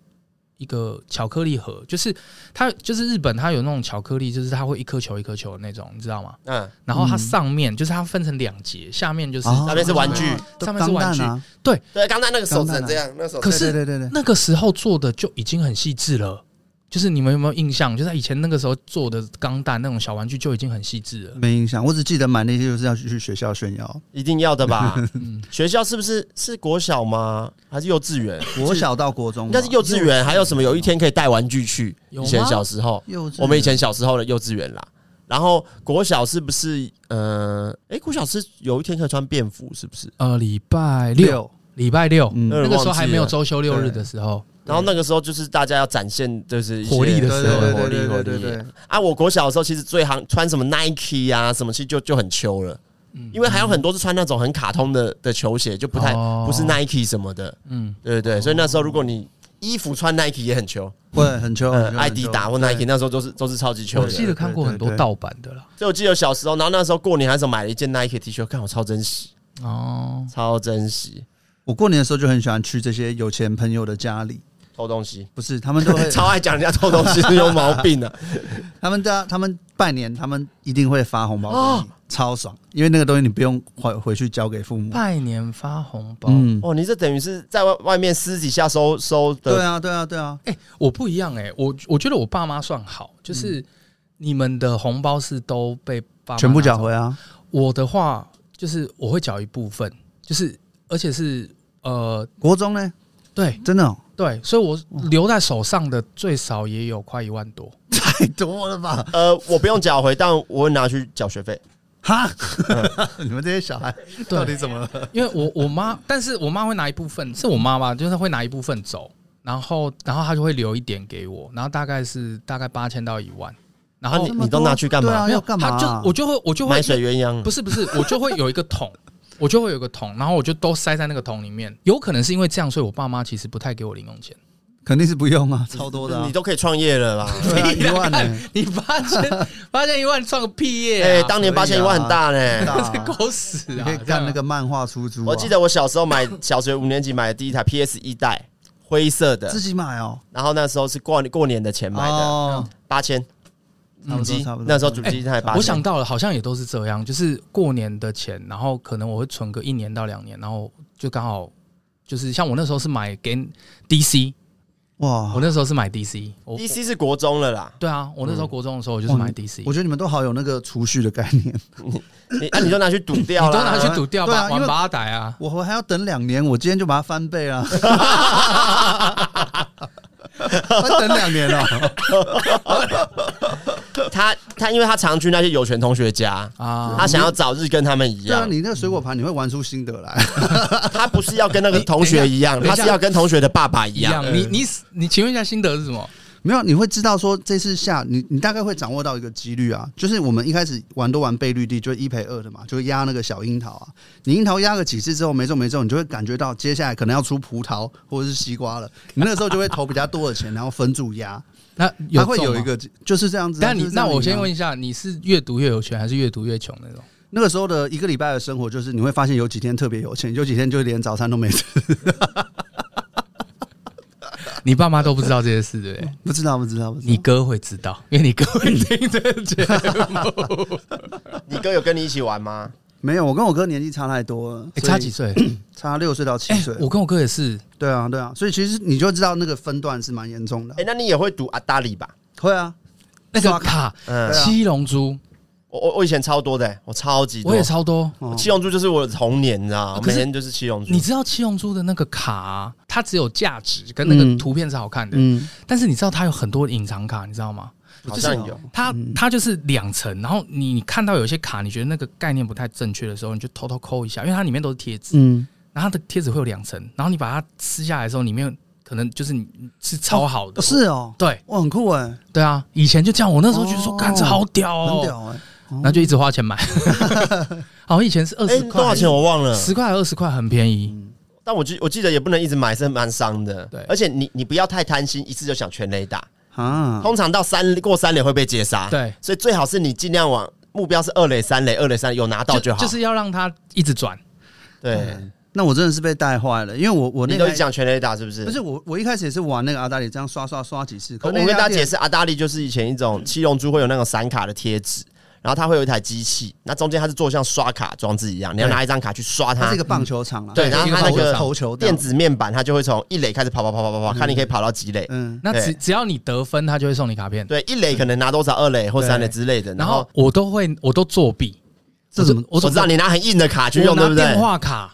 一个巧克力盒，就是它就是日本它有那种巧克力，就是它会一颗球一颗球的那种，你知道吗？嗯，然后它嗯上面、就是它分成两节，下面就是、哦那边是玩具，上面是玩具钢弹啊对，刚才那个手只刚才能那这样，那手可指是对对对对，那个时候做的就已经很细致了。就是你们有没有印象？就是以前那个时候做的钢弹那种小玩具就已经很细致了。[laughs] 没印象，我只记得买那些就是要去学校炫耀。一定要的 [laughs] 吧？嗯，学校是不是是国小吗？还是幼稚园？国小到国中应吧，该是幼稚园，还有什么？有一天可以带玩具去？有以吗前小时候，幼稚园，我们以前小时候的幼稚园啦。然后国小是不是？呃，哎，国小是有一天可以穿便服，是不是？呃，礼拜六，，礼拜六，嗯，嗯那个时候还没有忘记周休六日的时候，然后那个时候就是大家要展现就是一些活力的对时候对活力对活对对力对对，啊！我国小的时候其实最行穿什么 Nike 啊，什么其实就就很秋了，嗯因为还有很多是穿那种很卡通的的球鞋，就不太哦不是 Nike 什么的，嗯，对对对。所以那时候如果你衣服穿 Nike 也很秋，会很哦秋，呃很，秋艾迪达或 Nike 那时候都是都是超级秋我的。记得看过很多对对对盗版的啦。所以我记得小时候，然后那时候过年还是买了一件 Nike T 恤，看我超珍惜，哦，超珍惜，我过年的时候就很喜欢去这些有钱朋友的家里，偷东西，不是他们都 [laughs] 会，超爱讲人家偷东西是有毛病的、啊 [laughs] 嗯他们家他们拜年，他们一定会发红包给哦你，超爽，因为那个东西你不用回回去交给父母。拜年发红包，嗯，哦，你这等于是在外外面私底下收收的，对啊，对啊，对啊，哎、我不一样哎、我我觉得我爸妈算好，就是你们的红包是都被爸妈嗯全部拿缴走回啊，我的话就是我会缴一部分，就是而且是呃，国中呢，对真的哦对，所以我留在手上的最少也有快一万多。太多了吧？呃，哎我不用缴回，但我会拿去缴学费。哈，嗯 [laughs] 你们这些小孩 [laughs] 到底对，怎么了？因为我我妈，但是我妈会拿一部分，是我妈妈，就是会拿一部分走，然后然后她就会留一点给我，然后大概是大概八千到一万，然后啊你都拿去干嘛对啊，没有要干嘛她啊？就我就会我就会买水鸳鸯啊不，是不是，我就会有一个桶，我就会有一个桶，然后我就都塞在那个桶里面。有可能是因为这样，所以我爸妈其实不太给我零用钱。肯定是不用啊，超多的啊你，都可以创业了啦。 [laughs] 对啊，一万呢， [laughs] 你八 [laughs] 千八千一万算个屁耶、哎、啊！当年八千一万很大呢、大啊这 [laughs] [laughs] 狗屎你 [laughs] 啊！可以干那个漫画出租啊，我记得我小时候买小学五年级买的第一台 PS 一代，灰色的自，己买哦，然后那时候是过过年的钱买的，嗯哦，八千嗯主差不多机差不多，，那时候主机一台这样八千。我想到了，好像也都是这样，就是过年的钱，然后可能我会存个一年到两年，然后就刚好就是像我那时候是买给 DC，哇我，那时候是买 DC，我 DC 是国中了啦，对啊，我那时候国中的时候哦我就是买 DC，我觉得你们都好有那个储蓄的概 [laughs] 念。你啊你就拿去赌掉你啦，都拿去赌掉对啊吧，因为玩八代啊。我我还要等两年，我今天就把它翻 [laughs] 倍啊！翻等两年啊 [laughs] 了， [laughs] 他他因为他常去那些有权同学家，啊，他想要早日跟他们一对啊，样，你那个水果盘你会玩出心得来， [laughs] 他不是要跟那个你同学一样， [laughs] 等一下他是要跟同学的爸爸一一样。样。你呃你你，请问一下心得是什么？没有，你会知道说这次下你你大概会掌握到一个几率啊，就是我们一开始玩都玩倍率低，就是一赔二的嘛，就是压那个小樱桃啊，你樱桃压个几次之后没中没中，你就会感觉到接下来可能要出葡萄或者是西瓜了，你那时候就会投比较多的钱，然后分注压，那它会中有吗一。个就是这样子啊。但就你是这那样我赢先啊问一下，你是越读越有钱，还是越读越穷那种？那个时候的一个礼拜的生活，就是你会发现有几天特别有钱，有几天就连早餐都没吃。你爸妈都不知道这些事，对 [laughs] 不对？不知道，不知道，不知道。你哥会知道，因为你哥会听这个节 [laughs] 目。你哥有跟你一起 [laughs] 玩吗？没有，我跟我哥年纪哎差太多了，欸哎所以差几岁？差六岁到七哎岁。我跟我哥也是，对啊，对啊，所以其实你就知道那个分段是蛮严重的哎、。那你也会赌阿达里吧？会啊，那个卡嗯对，啊七龙珠，我我我以前超多的、欸我超级多。我也超多。哦哦七龙珠就是我的童年，你知道吗？可每是天就是七龙珠你。知道七龙珠的那个卡啊，它只有价值跟那个嗯图片是好看的，嗯，但是你知道它有很多隐藏卡，你知道吗？好就是像有它嗯它就是两层，然后你你看到有一些卡，你觉得那个概念不太正确的时候，你就偷偷抠一下，因为它里面都是贴纸，嗯，然后它的贴纸会有两层，然后你把它撕下来的时候，里面可能就是你是超好的，嗯哦是哦，对哇，很酷哎，对啊，以前就这样，我那时候觉得说，哦干、这好屌哦，很屌哎，然后就一直花钱买，好像以前是二哎、十多块，少钱我忘了，十块二十块很便宜，但我记我记得也不能一直买，是蛮伤的。对而且你你不要太贪心，一次就想全雷打，啊，通常到三过三垒会被截杀。对所以最好是你尽量往目标是二垒、三垒、二垒、三垒有拿到就嗯好。就是要让它一直转，对，那我真的是被带坏了，因为我我那你个都是讲全雷打是不是？不是我我一开始也是玩那个阿达里，这样刷刷刷几次。可我那跟大家家店解释，阿达利就是以前一嗯种七龙珠会有那种闪卡的贴纸，然后它会有一台机器，那中间它是做像刷卡装置一样，你要对拿一张卡去刷它它是一。个棒球场啦，啊对，然后啊一个它那棒球嗯个场投球道电，子面板，它就会从一垒开始跑跑跑跑跑跑，看你可以跑到几垒。嗯，那只对只要你得分，他就会送你卡片。对，一垒可能拿多少，二垒或三垒对之类的。然然后后我都会，我都作弊。这怎么我我总知道你拿很硬的卡去我用，对拿不对？电话卡，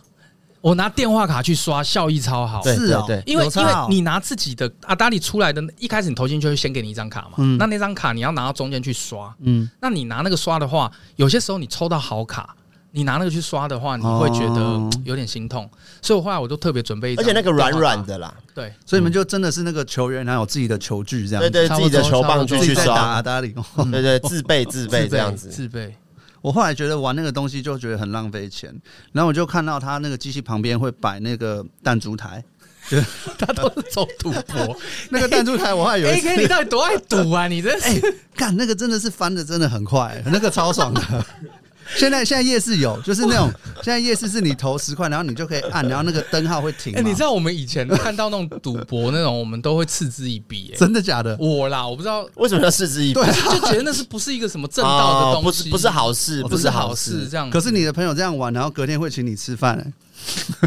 我拿电话卡去刷，效益超好。对是哦，对对因为有因差为哦你拿自己的阿达里出来的，一开始你投进去就先给你一张卡嘛，嗯那那张卡你要拿到中间去刷，嗯，那你拿那个刷的话，有些时候你抽到好卡，你拿那个去刷的话，你会觉哦得有点心痛，所以我后来我就特别准备一张而且那个软软电话的啦，卡，对，所以你们就真的是那个球员，然后有自己的球具这样对子，对，差自不己多的球差棒去不多自去己在打阿刷，达里。 [laughs] 对对，自备自备 [laughs] 自这样子。自备 [laughs] 我后来觉得玩那个东西就觉得很浪费钱，然后我就看到他那个机器旁边会摆那个弹 [laughs] 珠台，他都是走赌博。那个弹珠台我还 [laughs] 有一 A 次哎 K，你到底多爱赌啊？你真是干那个真的是翻的真的很快，那个超爽的。 [laughs] 现在现在夜市有，就是 [laughs] 那种现在夜市是你投十块，然后你就可以按，然后那个灯号会停嘛。哎，你知道我们以前看到那种赌博那种，我们都会嗤之以鼻。哎，真的假的？我啦，我不知道，为什么要四肢一对不是就觉得那是不是一个什么正道的不东是哦西？不是，好事，不是是好好事，这样。可是你的朋友这样玩，然后隔天会请你吃饭、欸，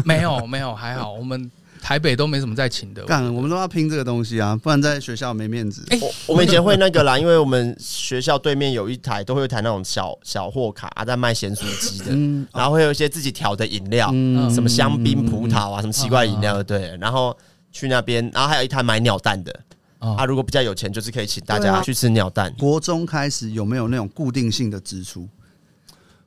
没有没有还好，我们台北都没什么在请的。干，我们都要拼这个东西啊，不然在学校没面子。哎我我们以前会那个啦，因为我们学校对面有一台，都会有一台那种小小货卡、啊，在卖咸酥鸡的，嗯然后会有一些自己调的饮料，嗯什么香槟、葡萄啊，什么奇怪的饮料，对。然后去那边，然后还有一台买鸟蛋的，哦啊，如果比较有钱，就是可以请大对家啊去吃鸟蛋。国中开始有没有那种固定性的支出？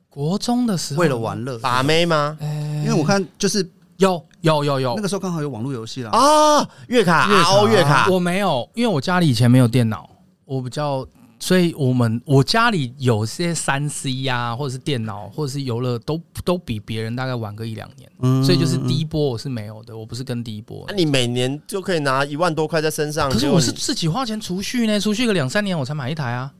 国中的时候为了玩乐，把妹吗？嗯因为我看就是有有有有那个时候刚好有网络游戏啦。啊，月卡月卡，RO 月卡，啊我没有，因为我家里以前没有电脑，我比较，所以我们我家里有些三 C 呀，或者是电脑，或者是游乐，都都比别人大概晚个一两年，嗯所以就是第一波我是没有的，我不是跟第一波啊，。你每年就可以拿一万多块在身上，可是结果我是你自己花钱储蓄呢，储蓄个两三年我才买一台啊，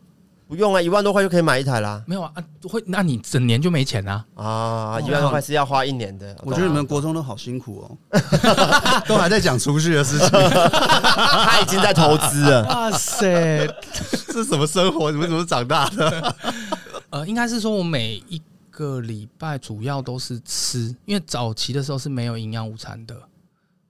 不用啊，一万多块就可以买一台啦。没有啊，啊会，那你整年就没钱啊？啊，一万多块是要花一年的。哦我觉得你们国中都好辛苦哦，都还在讲储蓄的事情，他已经在投资了。哇塞，这是什么生活？你们怎么长大的？呃，应该是说我每一个礼拜主要都是吃，因为早期的时候是没有营养午餐的，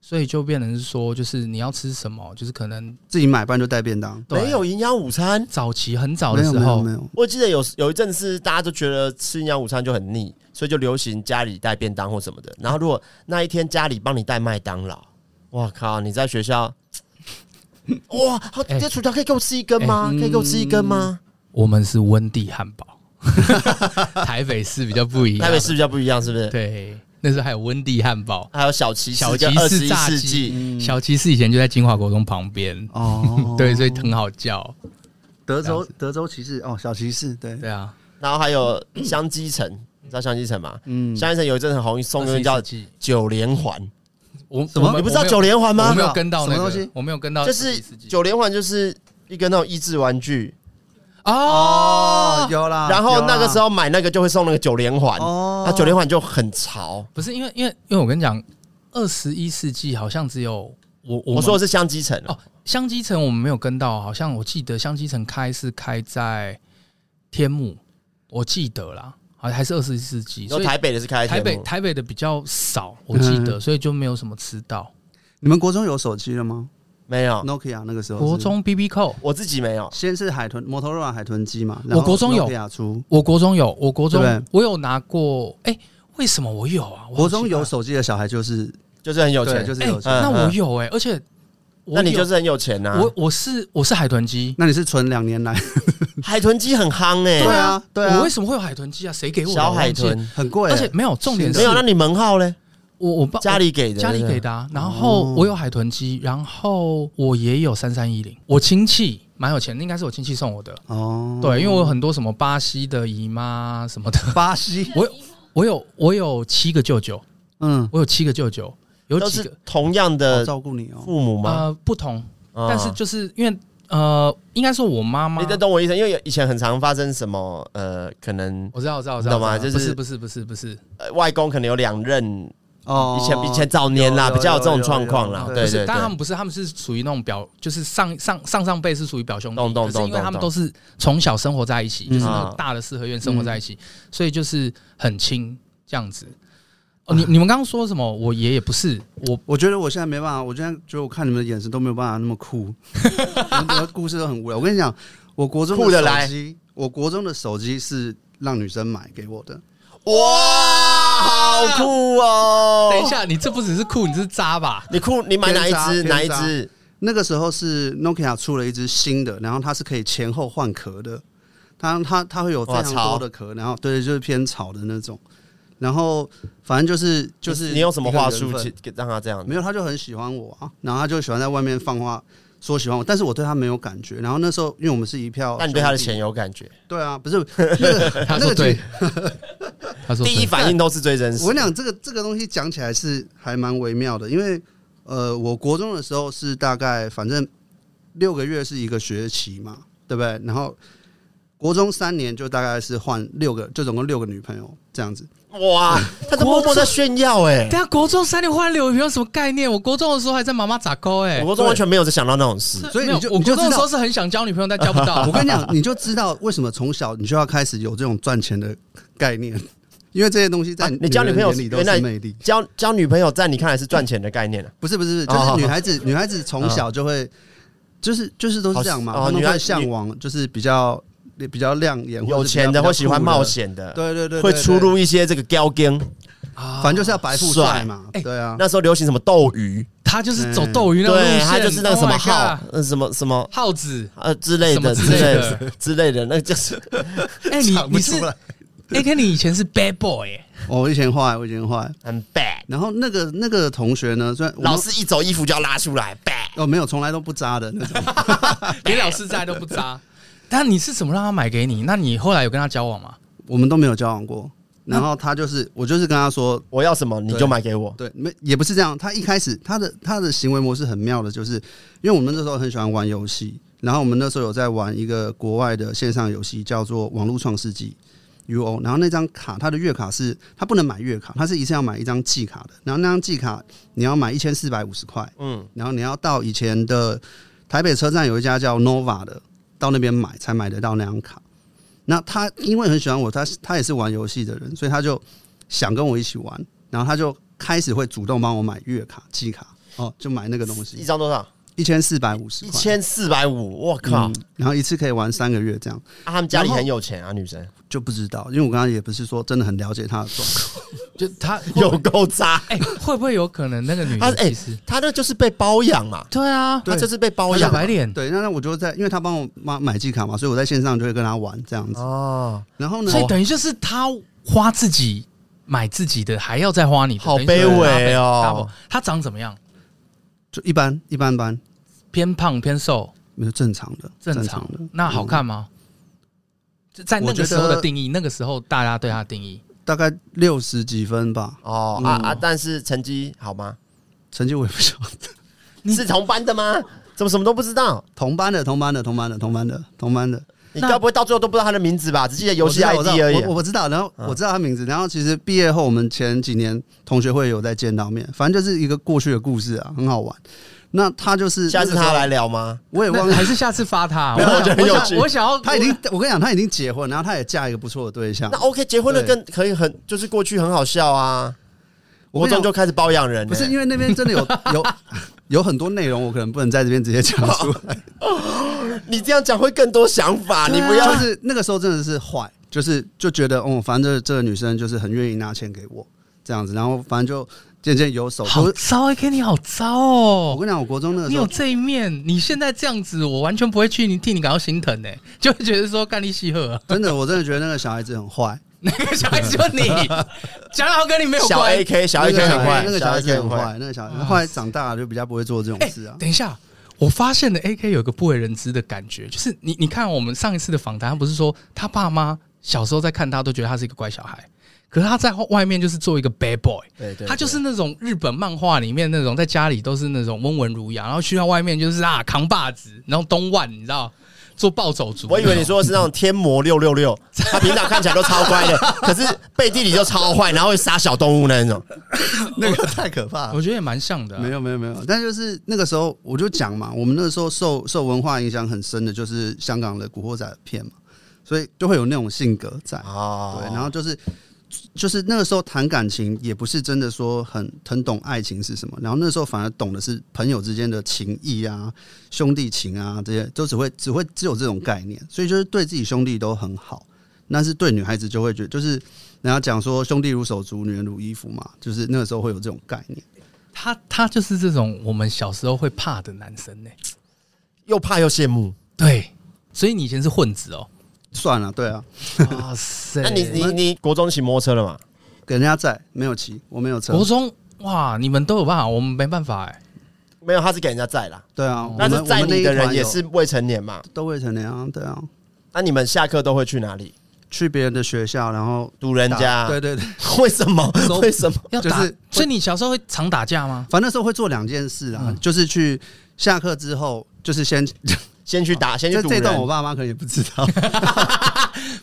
所以就变成是说，就是你要吃什么，就是可能 [laughs] 自己买，不然就带便当。对 [laughs] 没有营养午餐。早期很早没的有时没有候没，有，我记得有有一阵是大家都觉得吃营养午餐就很腻，所以就流行家里带便当或什么的。然后如果那一天家里帮你带麦当劳，哇靠！你在学校，哇，好，哎这薯条可以给我吃一根吗？嗯可以给我吃一根吗？我们是温蒂汉堡， [laughs] 台北市比较不嗯一样，台北市比较不一样，是不是？对，那时候还有温蒂汉堡，还有小骑士小叫骑二十士一炸世纪，鸡，小骑士以前就在金华国中旁边，嗯哦嗯 [laughs] 对，所以很好叫，德州德州骑士哦，小骑士对，对啊，然后还有香鸡城，你知道香鸡城吗？嗯，香鸡城有一阵很红，送一个21叫世纪九连环，我什么我们你不知道我没有九连环吗？我没有跟到那什么个东西我没有跟到就21是世纪九连环就是一个那种益智玩具，哦哦，有啊啦。然有后啦那个时候买那个就会送那个九连环，哦那九连环就很潮。不是因为因为因为我跟你讲，二十一世纪好像只有我我我们说的是香积城哦哦，香积城我们没有跟到，好像我记得香积城开是开在天幕，我记得啦，好像还是二十一世纪，你说所以台北的是开在台北天幕台北的比较少，我记嗯得，所以就没有什么吃到。你们国中有手机了吗没有， ？Nokia 那个时候是国中 B B 扣，我自己没有。先是海豚摩托罗拉海豚机嘛，然我后国中有 Nokia 出，我国中有，我国中对我有拿过，哎、为什么我有啊？我好国中奇怪有手机的小孩就是就是很有对，钱，就是哎、有钱。嗯那我有哎、而且我那你有就是很有钱啊呐、我我是我是海豚机，那你是存两年来？海豚机很夯哎、对啊，对我啊为，什么会有海豚机啊？谁给我的小海，我忘记豚很贵而欸，且没有重点是没有，那你门号嘞？我我爸家里给我的，家里给的。的啊，然后哦我有海豚机，然后我也有三三一零，我亲戚蛮有钱的，应该是我亲戚送我的，哦，对，因为我有很多什么巴西的姨妈什么的， [laughs] 巴西，我有我有我有七个舅舅，嗯，我有七个舅舅，有都几是个同样好的照顾你哦。呃父母吗？呃不同，啊但是就是因为呃，应该说我妈妈你，在懂我意思，因为有以前很常发生什么呃，可能我知道我知道我知你道，懂吗我知道就不是是不是不是不是。呃外公可能有两任哦以前以前早年啦，有有比较有这种状况啦有，有有对啊不是对，但他对，们不是，他们是属于那种表，就是上上上上辈是属于表兄弟，懂懂可是因懂为懂啊他们都是从小生活在一起，嗯就是那种大的四合院生活在一起，嗯所以就是很亲这样子。哦，你你们刚刚说什么？我爷爷不是我，我觉得我现在没办法，我现在觉得我看你们的眼神都没有办法那么 [laughs] 酷，你们的故事都很无聊。我跟你讲，我国中酷得的来手机，我国中的手机是让女生买给我的，哇，好酷哦！等一，下，你这不只是酷，你这是渣吧？你酷，你买哪一只？偏差哪一偏差只？那个时候是 Nokia 出了一只新的，然后它是可以前后换壳的，它它它会有非常哇潮多的壳，然后对，就是偏潮的那种。然后反正就是就是你你用什么一个话缘术分去给让他这样？没有，他就很喜欢我啊，然后他就喜欢在外面放话说喜欢我，但是我对他没有感觉。然后那时候因为我们是一票兄弟，那你对他的钱有感觉？对啊， [laughs] 不是那哦个他那说个对其， [laughs] 他说第一对，反应都是最真实实我。跟你讲，这个这个东西讲起来是还蛮微妙的，因为呃，我国中的时候是大概反正六个月是一个学期嘛，对不对？然后国中三年就大概是换六个，就总共六个女朋友这样子。哇，他都默默在炫耀哎！等一下国中三年换六有什么概念？我国中的时候还在妈妈咋勾哎我，国中完全没有想到那种事，啊所以没有你就我你就国中的知时道候是很想交女朋友，但交不到。我跟 [laughs] 你讲，你就知道为什么从小你就要开始有这种赚钱的概念，因为这些东西在啊你交人女朋友眼里都原来是魅力。交交女朋友在你看来是赚钱的概念了。不是不是，就哦嗯是女孩子，女孩子从小就会，就是就是都是这样嘛，哦她们女孩会向往就是比较比较亮眼、有钱的或或者喜是比较欢比较酷冒的，险的，对对对，会对出，入一些这个高跟。对啊 [laughs] 反正就是要白富帅嘛，哎对啊。那时候流行什么斗鱼，他就是走嗯斗鱼那个路对线，他就是那个什么 Oh my 号 God，，呃什么什么耗子。呃之类的什么之之类类的的之类的，那就是哎，你想不你出是来 A K，你以前是 bad boy 哎。 [laughs] 哦我以前坏，我以前坏。很 bad。然后那个那个同学呢，虽然我们老师一走衣服就要拉出来，bad。哦没有，从来都不渣的那种，连老师在都不渣。 [laughs] 但你是怎么让他买给你？那你后来有跟他交往吗？我们都没有交往过。然后他就是我就是跟他说，我要什么你就买给我。对，没也不是这样。他一开始他的他的行为模式很妙的，就是因为我们那时候很喜欢玩游戏，然后我们那时候有在玩一个国外的线上游戏，叫做《网络创世纪》UO。然后那张卡，它的月卡是它不能买月卡，它是一次要买一张季卡的。然后那张季卡你要买一千四百五十块，嗯，然后你要到以前的台北车站有一家叫 Nova 的，到那边买才买得到那张卡。那他因为很喜欢我，他他也是玩游戏的人，所以他就想跟我一起玩，然后他就开始会主动帮我买月卡、季卡，哦，就买那个东一西，张多少？一千四百五十一块，千四百五。我靠！啊嗯，然后一次可以玩三个月，这样他们家里然后很有钱啊，女生就不知道，因为我刚刚也不是说真的很了解他的 [laughs] 状况，就他会有够渣。哎、会不会有可能那个女他的哎其实、，他那就是被包养嘛，啊对啊，他就是被包小养啊白脸，对，那那我就在，因为他帮我妈买季卡嘛，所以我在线上就会跟他玩这样子，哦，然后呢所，以等于就是他花自己买自己的，还要再花你的，好等于是卑微哦 double。double 他长怎么样？就一般一般般，偏胖偏瘦，没有正常的，正常常的，那好看吗？就在那我觉个得时候的定义，那个时候大家对他的定义，大概六十几分吧，哦啊啊！但是成绩好吗？成绩我也不晓得。是同班的吗？怎么什么都不知道？同班的，同班的，同班的，同班的，同班的，你那该不会到最后都不知道他的名字吧？只记得游戏我 ID 知道而已啊我我我知道，然后嗯我知道他名字，然后其实毕业后我们前几年同学会有在见到面，反正就是一个过去的故事啊，很好玩。那他就是，啊。下次他来那个时聊吗？哎候，我也忘那 [laughs] 了还，是下次发他、没有我觉得很有我趣想，我想要他已经，我跟你讲，他已经结婚，然后他也嫁一个不错的 [laughs] 对象那。OK，结婚了对更可以很，就是过去很好笑啊。我国跟你中讲就开始包养人了，欸不是因为那边真的有有 [laughs] 有很多内容，我可能不能在这边直接讲出 [laughs] 来。 [laughs] 你这样讲会更多想法，啊你不啊要就是那个时候真的是坏，就是就觉得哦，反正这这个女生就是很愿意拿钱给我这样子，然后反正就渐渐有手。好我糟 A K，你好糟我哦。跟你讲，我国中那个你时有候，这一面，你现在这样子，我完全不会去你替你感到心疼呢、欸就会觉得说干你戏鹤， [laughs] 真的我真的觉得那个小孩子很坏，那个 [laughs] 小孩子就你，讲好跟你没有小关。 AK 小那个 AK 小很坏，那个小孩子很坏。坏，那个小孩后来长大了就比较不会做这种啊哎、事啊。等一下，我发现了 A K 有一个不为人知的感觉，就是你你看我们上一次的访谈，他不是说他爸妈小时候在看他都觉得他是一个乖小孩，可是他在外面就是做一个 bad boy。对对，他就是那种日本漫画里面那种，在家里都是那种温文儒雅，然后去到外面就是啊扛把子，然后东腕，你知道，做暴走族。我以为你说的是那种天魔六六六，他平常看起来都超乖 [laughs] 的，可是背地里就超坏，然后会杀小动物 [laughs] 那种。那个太可怕我。觉得也蛮像的啊、没有没有没有，但就是那个时候我就讲嘛，我们那个时候受受文化影响很深的就是香港的《古惑仔》片嘛，所以就会有那种性格在。哦，对，然后就是就是那个时候谈感情也不是真的说很很懂爱情是什么，然后那时候反而懂的是朋友之间的情谊啊、兄弟情啊这些，都只会只会只有这种概念，所以就是对自己兄弟都很好，但是对女孩子就会觉得就是人家讲说兄弟如手足，女人如衣服嘛，就是那个时候会有这种概念。他他就是这种我们小时候会怕的男生呢、又怕又羡慕。对，所以你以前是混子哦。算了，对啊，哇 [laughs] 塞！那你你你国中骑摩托车了嘛？给人家在没有骑，我没有车国。中哇，你们都有办法，我们没办法哎、没有，他是给人家载啦。对啊，但我是们载我们那你一的人团也有是未成年嘛？都未成年啊，对啊，那你们下课都会去哪里？去别人的学校，然后堵人打家？对对对，为什么收？为什么？要打，就是所以你小时候会常打架吗？反正那时候会做两件事啊，嗯就是去下课之后，就是先先去打，先去这堵这段我人。爸妈可能也不知 [laughs] 道，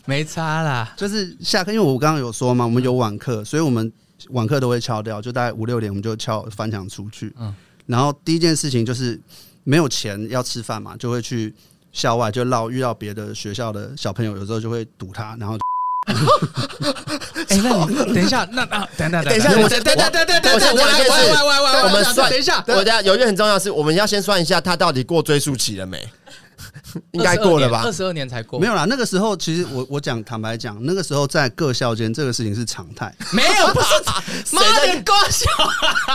没差啦，就是下课，因为我刚刚有说嘛，我们有晚课，所以我们晚课都会敲掉，就大概五六点我们就敲翻墙出去。嗯然后第一件事情就是没有钱要吃饭嘛，就会去校外就绕遇到别的学校的小朋友，有时候就会堵他，然后 [laughs] 哎、那你等一下，那那等等等一下我我等等等等等等，我先我讲一来件我事来我来我来，我们算等一下，我等下有一件很重要的是，我们要先算一下他到底过追溯期了没？应该过了吧二？十二年才过，没有有啦。那个时候其实我我讲坦白讲，那个时候在各校间这个事情是常 [laughs] 态，没有，不是妈在的瓜小，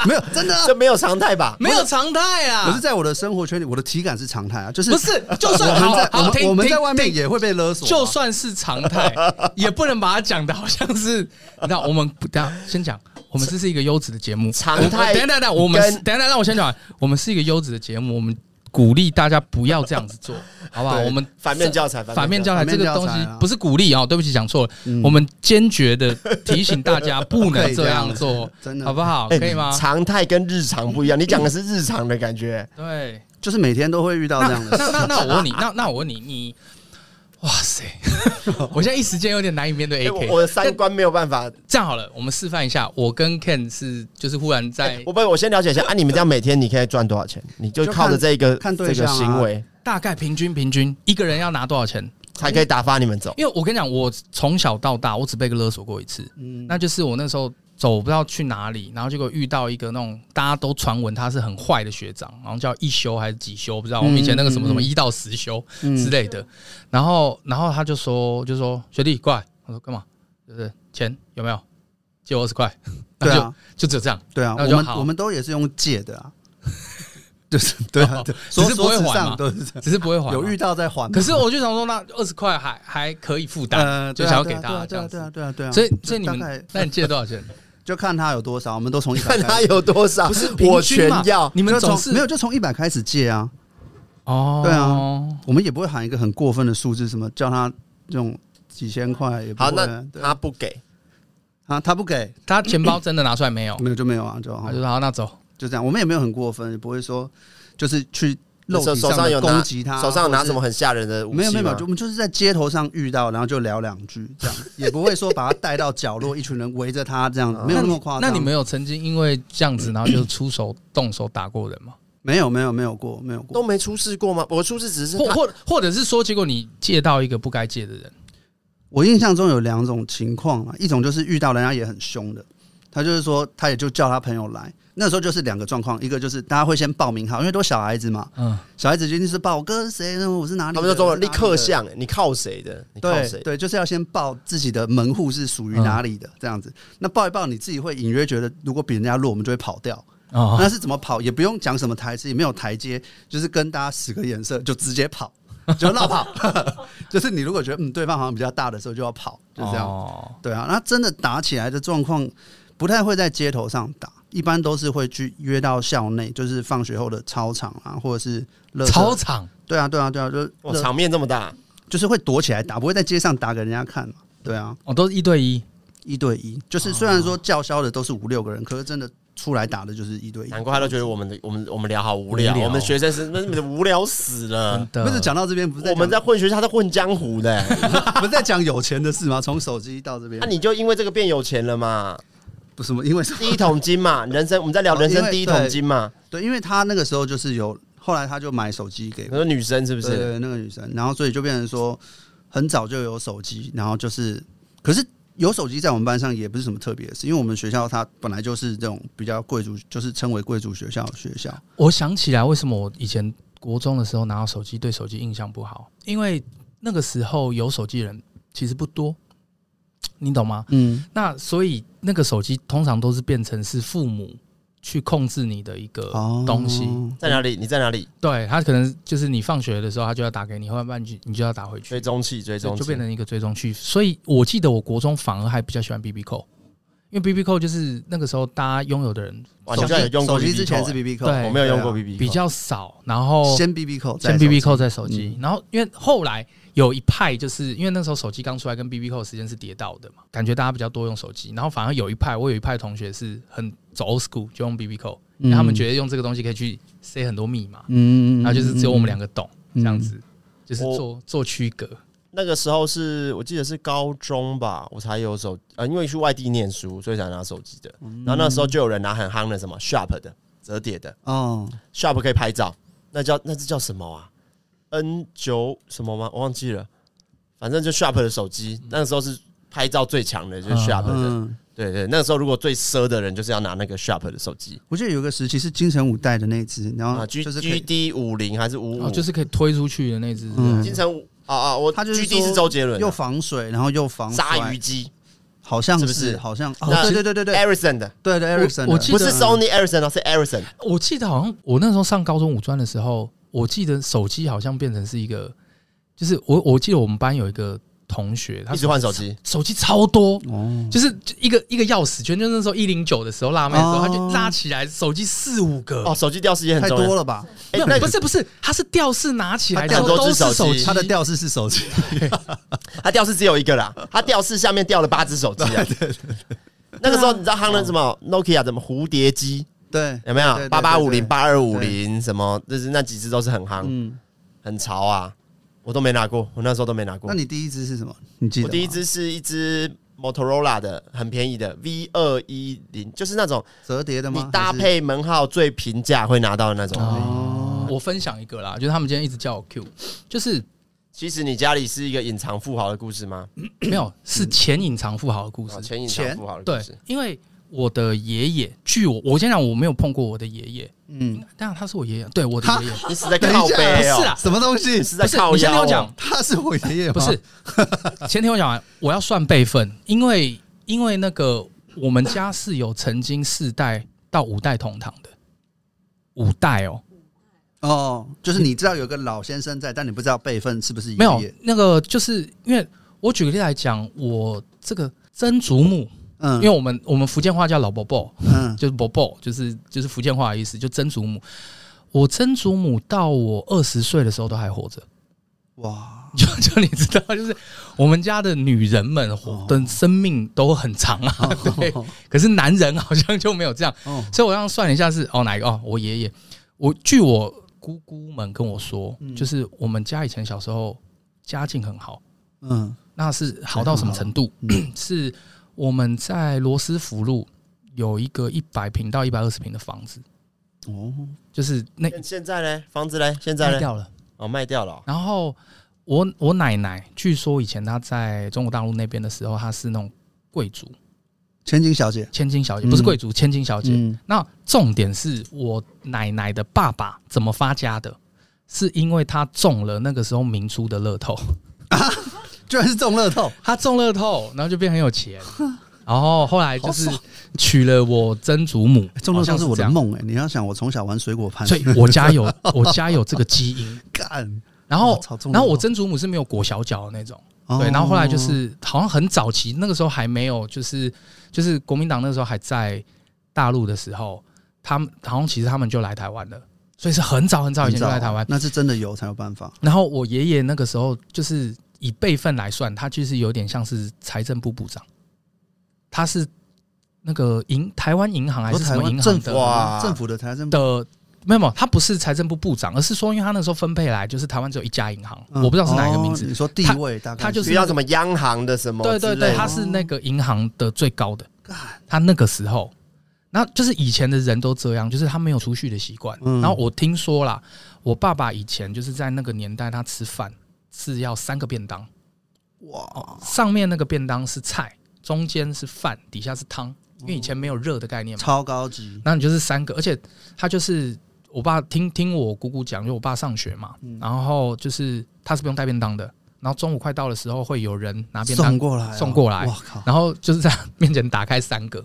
没有真的啊、这没有常态吧？没有常态啊，可是在我的生活圈里，我的体感是常态啊，就是不是，就我算们好在我好们听，我们听在外面也会被勒索啊，就算是常 [laughs] 态，也不能把它讲的好像是。你知道，我们等一下先讲，我们这是一个优质的节目。常我们态等一下等一下，我们跟等一下让我先讲完。我们是一个优质的节目，我们鼓励大家不要这样子 [laughs] 做，好不好？对我们反面教材，反面教材反这面个教东材西啊嗯不是鼓励哦，对不起，讲错了。我们坚决的提醒大家不能这样 [laughs]，做真的好不好？哎可以吗？常态跟日常不一样，你讲的是日常的感觉，对。就是每天都会遇到这样的那事。那那我问你，那那我问你，你哇 [laughs] 塞，我现在一时间有点难以面对哎 AK。我我的三观没有办法。这样好了，我们示范一下，我跟 Ken 是就是忽然在哎我不，我先了解一下啊，你们这样每天你可以赚多少钱？你就就看靠着这个看这对个象啊行为，大概平均平均一个人要拿多少钱？才可以打发你们走。因为我跟你讲，我从小到大我只被勒索过一次，那就是我那时候走不知道去哪里，然后结果遇到一个那种大家都传闻他是很坏的学长，好像叫一休还是几休，不知道。我们以前那个什么什么一到十休嗯之类的，然后然后他就说就说学弟过来，我说干嘛？就是钱有没有？借我二十块，对那就、啊，就只有这样。对啊，那我就们好我们都也是用借 [laughs] 的啊，就是对啊，对只所哦是不会所还指嘛上都是这样只是不会还啊嘛，有遇到再还嘛。 [laughs] 可是我就想说，那二十块还还可以负担，呃，就对啊想要对给啊大家这样对子。啊，对啊，对啊，对啊。所以就所以你大们概，那你借多少 [laughs] 钱？就看他有多少，我们都 [laughs] 从一百看 [laughs] 他开始，有多少，我全啊要。你们就总从是没有就从一百开始借啊。哦，对啊，我们也不会喊一个很过分的数字，什么叫他这种几千块也不好，会那啊。对他不给，啊，他不给，他钱包真的拿出来没有？没有就没有啊，就好他就。说好，那走。就这样，我们也没有很过分，也不会说就是去肉手体手上的有攻拿，击他，手上有拿或是什么很吓人的武器没有没有没吗有，就我们就是在街头上遇到，然后就聊两句，这样也不会说把他带到角落，一群人围着他这样，啊没有那么夸张。那你们有曾经因为这样子，然后就出手动手打过人吗？没有没有没有过没有都过，没出事过吗？我出事只是或嗯他或或者是说，结果你借到一个不该借的人，我印象中有两种情况啊，一种就是遇到人家也很凶的，他就是说他也就叫他朋友来，那时候就是两个状况，一个就是大家会先报名好，因为都是小孩子嘛，嗯，小孩子就一定是报我哥是谁，然后我是哪里的，他们就说我是哪立里的刻像你靠谁的？你靠对谁？对，就是要先报自己的门户是属于嗯哪里的，这样子。那报一报，你自己会隐约觉得，如果比人家弱，我们就会跑掉。哦，那是怎么跑？也不用讲什么台词，也没有台阶，就是跟大家使个眼色，就直接跑， [laughs] 就绕跑。 [laughs] 就是你如果觉得嗯对方好像比较大的时候，就要跑，就这样。哦对啊，那真的打起来的状况不太会在街头上打，一般都是会去约到校内，就是放学后的操场啊，或者是垃圾操。场对啊，对啊，对啊，就是哇，垃场面这么大，就是会躲起来打，不会在街上打给人家看嘛。对啊，哦，都是一对一，一对一，就是虽然说叫嚣的都是五六个人，可是真的出来打的就是一对一。难怪他都觉得我们的我们我们聊好无聊，无聊我们学生是那你们无聊死了真。的嗯不是讲到这边，不是在我们在讲混学校，他在混江湖 [laughs] 的、不是在讲有钱的事吗？从手机到这边，那、你就因为这个变有钱了嘛？不是吗？因为什么？第一桶金嘛，人生我们在聊哦人因生为第一桶金嘛。对，因为他那个时候就是有，后来他就买手机给你我，说女生是不对是？对对那个女生，然后所以就变成说，很早就有手机，然后就是，可是有手机在我们班上也不是什么特别的事，因为我们学校它本来就是这种比较贵族，就是称为贵族学校的学校，我想起来，为什么我以前国中的时候拿到手机，对手机印象不好，因为那个时候有手机的人其实不多，你懂吗？嗯，那所以那个手机通常都是变成是父母去控制你的一个哦，东西，在哪里？你在哪里？对他可能就是你放学的时候，他就要打给你，后半句你就要打回去，追踪器，追踪就器就变成一个追踪区。所以我记得我国中反而还比较喜欢 B B 扣，因为 B B 扣就是那个时候大家拥有的人哇，你手居然有机用过手 BB 机之前是 Call， BB 扣，对哎我没有用过对啊 BB，比较少，然后先 BB 扣，先再 BB 手扣机嗯在手机，然后因为后来有一派就是因为那时候手机刚出来，跟 BB 扣时间是叠到的嘛，感觉大家比较多用手机，然后反而有一派，我有一派同学是很走 old school，就用 BB 扣，因为他们觉得用这个东西可以去塞很多密码，嗯嗯，嗯嗯嗯然后就是只有我们两个懂这嗯样子，就是我做做区隔。那个时候是我记得是高中吧，我才有手呃，因为去外地念书，所以才拿手机的。嗯然后那时候就有人拿很夯的什么 Sharp 的折叠的哦， Sharp 可以拍照，那叫那只叫什么啊？N 九什么吗？我忘记了，反正就 Sharp 的手机，那个时候是拍照最强的，就是 Sharp 的。嗯，对对，那个时候如果最奢的人就是要拿那个 Sharp 的手机我记得有个时期是金城武带的那一只，然后啊，G 就是 G 可 D 五零还是五哦，五，就是可以推出去的那只，嗯金城武啊啊，我他就是 G D 说是周杰以伦又的防水，然后又防啊鲨摔鱼机好像是不是好像那哦，对对对对对 Ericsson 的，对对，Ericsson，我的记不得是 Sony Ericsson 哦，是 Ericsson。我记得好像我那时候上高中五专的时候，我记得手机好像变成是一个，就是我我记得我们班有一个同学，他一直换手机，手机超多，哦，就是就一个一个钥匙圈，就那时候一零九的时候辣妹的时候，哦他就拉起来手机四五个。哦，手机吊饰也很啊太重多要。了吧？哎没有那不是不是，他是吊饰拿起来，他吊然后都是手机机，它的吊饰是 [laughs] 手机，它吊饰只有一个啦，它吊饰下面吊了八只手机 [laughs] 啊。那个时候你知道夯了什么 Nokia 什么蝴蝶机对，有没有啊对？对八八五对零、对八二五零什么，就是那几只都是很夯，嗯，很潮啊。我都没拿过，我那时候都没拿过那。你第一只是什么？你记得我吗？第一只是一只 Motorola 的，很便宜的 V 二一零，就是那种折叠的你吗？搭还是配门号最平价会拿到的那种。哦我分享一个啦，就是他们今天一直叫我 Q，就是其实你家里是一个隐藏富豪的故事吗？没有是前隐藏富豪的故事啊，，前隐藏钱富豪的对故事。，因为我的爷爷，据我我先讲，我没有碰过我的爷爷，嗯，但他是我爷爷，对我的爷爷，你是在等一靠下背 [laughs] 哦、啊不是啦什么东西你？是在不是靠你先听腰、我哦讲，他是我爷爷吗？不是， [laughs] 先听我讲完，我要算辈分，因为因为那个我们家是有曾经四代到五代同堂的，五代哦，哦，就是你知道有个老先生在，但你不知道辈分是不是爷没有爷？那个就是因为我举个例来讲，我这个曾祖母，嗯因为我们我们福建话叫老伯伯，嗯就是伯伯，就是就是福建话的意思，就曾祖母。我曾祖母到我二十岁的时候都还活着，哇，就 [laughs] 就你知道，就是我们家的女人们活的生命都很长啊， [laughs] 对。可是男人好像就没有这样，哦所以我刚刚算了一下是哦哪一个哦，我爷爷。我据我姑姑们跟我说，就是我们家以前小时候家境很好，嗯那是好到什么程度？ [clears throat] 是我们在罗斯福路有一个一百平到一百二十平的房子，哦，就是那现现在呢？房子呢？现卖在呢？掉啊了。哦，卖掉了哦、然后我我奶奶据说以前她在中国大陆那边的时候，她是那种贵族千金小姐，千金小姐，嗯不是贵族千金小姐。嗯那重点是我奶奶的爸爸怎么发家的？是因为他中了那个时候明珠的乐透， [laughs] 居然是中乐透，他中乐透，然后就变很有 [laughs] 钱，然后后来就是娶了我曾祖母，哎中乐透是我好的像梦啊哎！你要想，我从小玩水果盘，是这样，所以我家有 [laughs] 我家有这个基因。 [laughs] 干，然后哇超中乐透然后我曾祖母是没有裹小脚的那种，哦对，然后后来就是好像很早期，那个时候还没有，就是就是国民党那时候还在大陆的时候，他们好像其实他们就来台湾了，所以是很早很早以前就来台湾。那是真的有才有办法。然后我爷爷那个时候就是以辈分来算，他就是有点像是财政部部长，他是那个银台湾银行还说是什台么湾银行政府啊的哇政府的财政部的没有没有，他不是财政部部长，而是说，因为他那时候分配来就是台湾只有一家银行，嗯我不知道是哪一个名字哦。你说地位大概他就是是遇到什么央行的什么之对类对的，对，他是那个银行的最高的，他那个时候，那就是以前的人都这样，就是他没有储蓄的习惯。嗯然后我听说啦，我爸爸以前就是在那个年代，他吃饭是要三个便当，哇，上面那个便当是菜，中间是饭，底下是汤，因为以前没有热的概念嘛。超高级，那你就是三个，而且他就是我爸听听我姑姑讲，就我爸上学嘛，然后就是他是不用带便当的，然后中午快到的时候会有人拿便当送，过来哦，送过来我靠，然后就是在他面前打开三个，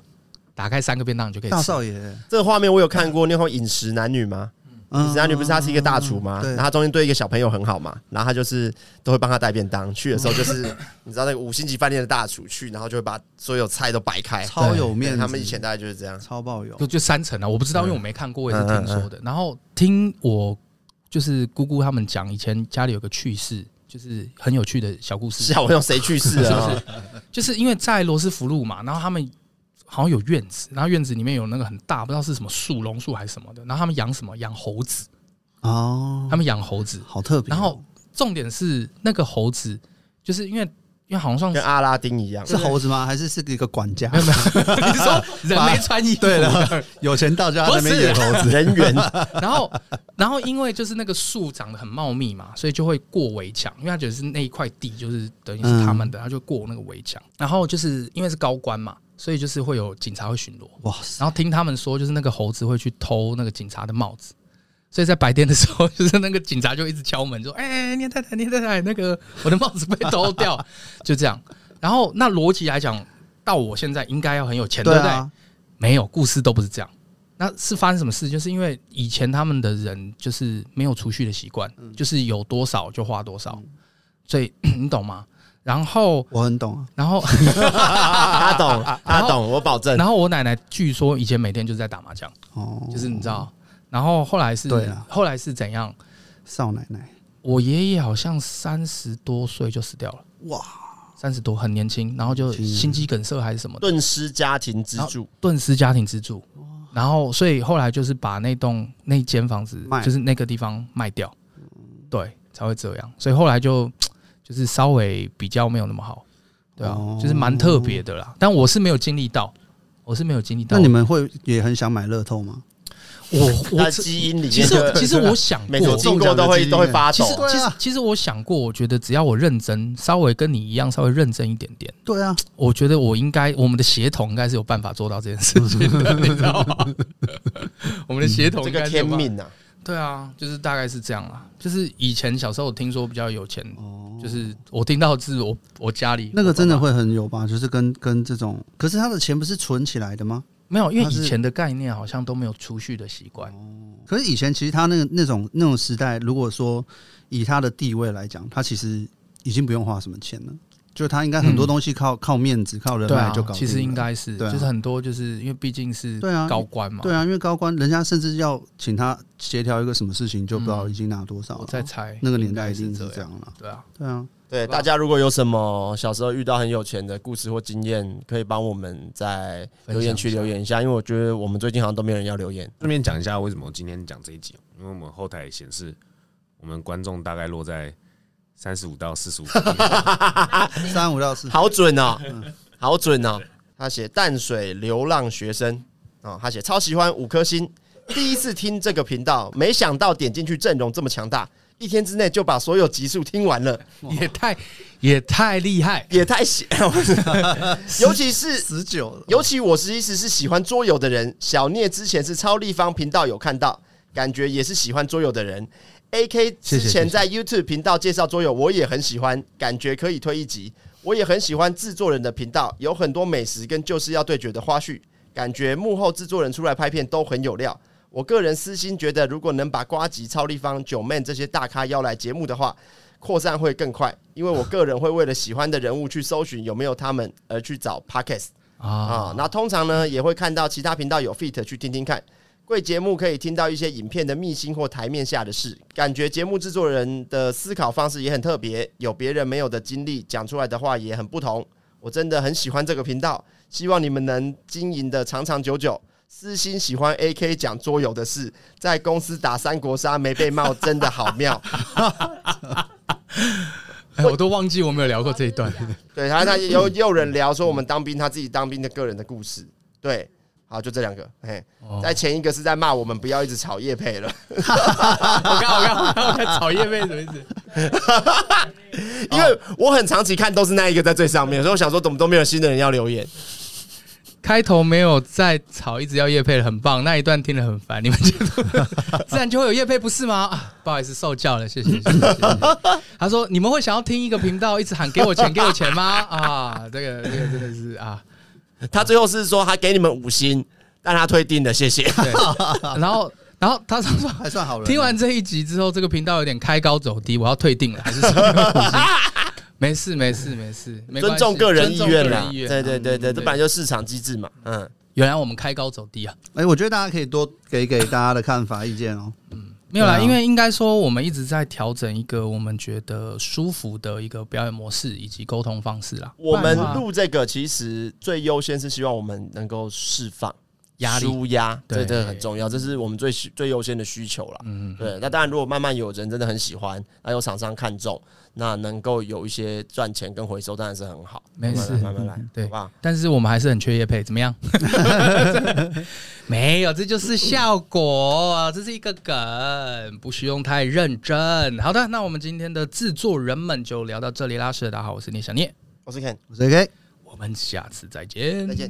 打开三个便当你就可以大吃。少爷，这个画面我有看过，你有看过《饮食男女》吗？饮食男嗯女不是他是一个大厨嗯吗？对然后他中间对一个小朋友很好嘛，然后他就是都会帮他带便当。去的时候就是 [laughs] 你知道那个五星级饭店的大厨去，然后就会把所有菜都摆开。超有面对子，他们以前大概就是这样。超爆有就，就三层啊，我不嗯知道，因为我没看过，我也是听说的。然后听我就是姑姑他们讲，以前家里有个趣事，就是很有趣的小故事是。啊，我用谁去世啊？就是因为在罗斯福路嘛，然后他们好像有院子，然后院子里面有那个很大，不知道是什么树，榕树还是什么的，然后他们养什么？养猴子，哦，他们养猴子。好特别哦。然后重点是那个猴子，就是因为因为好像算是跟 [laughs] 阿拉丁一样，是猴子吗？还是是一个管家？你说人没穿衣服，对了， [laughs] 有钱到家在那边演猴子，[laughs] 人猿，然后，然后因为就是那个树长得很茂密嘛，所以就会过围墙，因为他觉得是那一块地就是等于是他嗯们的，他就过那个围墙。然后就是因为是高官嘛，所以就是会有警察会巡逻。 [laughs] 哇塞！然后听他们说，就是那个猴子会去偷那个警察的帽子，所以在白天的时候， [laughs] 就是那个警察就一直敲门说：“哎、哎聂太太，聂太太，那个我的帽子被偷掉。”就这样。然后那逻辑来讲，到我现在应该要很有钱，对对不对？啊，没有，故事都不是这样。那是发生什么事？就是因为以前他们的人就是没有储蓄的习惯，嗯就是有多少就花多少，所以嗯你懂吗？然后，我很懂啊。然后， [laughs] 他懂，他懂，我保证。然后我奶奶据说以前每天就是在打麻将，哦，就是你知道。然后后来是对啊，后来是怎样？少奶奶，我爷爷好像三十多岁就死掉了，哇，三十多很年轻，然后就年轻心肌梗塞还是什么的。顿失家庭支柱，顿失家庭支柱，然后所以后来就是把那栋那间房子卖，就是那个地方卖掉，对，才会这样。所以后来就就是稍微比较没有那么好，对啊，哦就是蛮特别的啦。但我是没有经历到，我是没有经历到。那你们会也很想买乐透吗？我他我的基因里面其实就其实我想每次过。经过都会都会发其抖实，对啊其实其实我想过，我觉得只要我认真，稍微跟你一样，稍微认真一点点，对啊，我觉得我应该，我们的协同应该是有办法做到这件事情 [laughs] 的，你知道吗？我们的协同这应该个是有天办法命啊！对啊，就是大概是这样啦。就是以前小时候听说比较有钱，哦，就是我听到是我我家里那个真的我爸会很有吧？就是跟跟这种，可是他的钱不是存起来的吗？爸没有，因为他是以前的概念好像都没有储蓄的习惯。哦可是以前其实他那个那种那种时代，如果说以他的地位来讲，他其实已经不用花什么钱了，就是他应该很多嗯东西靠、靠面子、靠人对脉啊就搞定，了。其实应该是，对啊就是很多就是因为毕竟是对啊高官嘛。对啊，因为高官人家甚至要请他协调一个什么事情，就不知道嗯已经拿多少我了。在猜那个年代一应定该是是这。样了。对啊，对啊，对大家，如果有什么小时候遇到很有钱的故事或经验，可以帮我们在留言区留言一下，因为我觉得我们最近好像都没有人要 [laughs] 留言。顺便讲一下为什么今天讲这一集，哦因为我们后台显示我们观众大概落在三十五到四十五，三五到四，好准哦，好准哦！他写淡水流浪学生哦，他写超喜欢五颗星，第一次听这个频道，没想到点进去阵容这么强大，一天之内就把所有集数听完了，啊也太也太厉害，也太喜， [laughs] 尤其是。十九了，尤其我其实是喜欢桌游的人，小聂之前是超立方频道有看到，感觉也是喜欢桌游的人。A K 谢之谢前在 YouTube 频道介绍桌游，我也很喜欢，感觉可以推一集。我也很喜欢制作人的频道，有很多美食跟就是要对决的花絮，感觉幕后制作人出来拍片都很有料。我个人私心觉得，如果能把瓜吉、超立方、九妹这些大咖邀来节目的话，扩散会更快。因为我个人会为了喜欢的人物去搜寻有没有他们，而去找 Podcast。啊！啊，那通常呢也会看到其他频道有 fit 去听听看。贵节目可以听到一些影片的秘辛或台面下的事，感觉节目制作人的思考方式也很特别，有别人没有的经历，讲出来的话也很不同。我真的很喜欢这个频道，希望你们能经营的长长久久。私心喜欢 AK 讲桌游的事，在公司打三国杀没被骂，真的好妙。哎，我都忘记我们有聊过这一 [laughs] 段。对他，他也有也有人聊说我们当兵，他自己当兵的个人的故事。对，好，就这两个。嘿，哦在前一个是在骂我们不要一直炒叶配了，我刚我刚我刚我刚草叶妹什么意思？因为我很长期看都是那一个在最上面，所以我想说怎么都没有新的人要留言。开头没有在吵，一直要叶配了，很棒。那一段听得很烦，你们就自然就会有叶配，不是吗？啊，不好意思，受教了，谢谢。谢谢谢谢他说：“你们会想要听一个频道一直喊给我钱，给我钱吗？”啊，这个这个真的是啊，他最后是说他给你们五星，但他退订了，谢谢。对。然后然后他说还算好了。啊听完这一集之后，这个频道有点开高走低，我要退订了，还是什么？ [laughs] 没事没事没事，没关尊系重个人意愿尊重啦，个人意愿对对对对，嗯这本来就是市场机制嘛，嗯，原来我们开高走低啊，哎、我觉得大家可以多给给大家的看法意见哦。没有啦，对啊因为应该说我们一直在调整一个我们觉得舒服的一个表演模式以及沟通方式啦。我们不然的话录这个其实最优先是希望我们能够释放压力舒压，对这这个很重要，这是我们最需最优先的需求啦。嗯，对，那当然，如果慢慢有人真的很喜欢，那有厂商看中，那能够有一些赚钱跟回收，当然是很好。没事嗯慢慢来，慢慢来，对好不好？但是我们还是很缺业配，怎么样？ [laughs] 没有，这就是效果，这是一个梗，不需用太认真。好的，那我们今天的制作人们就聊到这里啦。是的，大家好，我是聂小聂，我是 Ken，我是 K，我们下次再见，再见。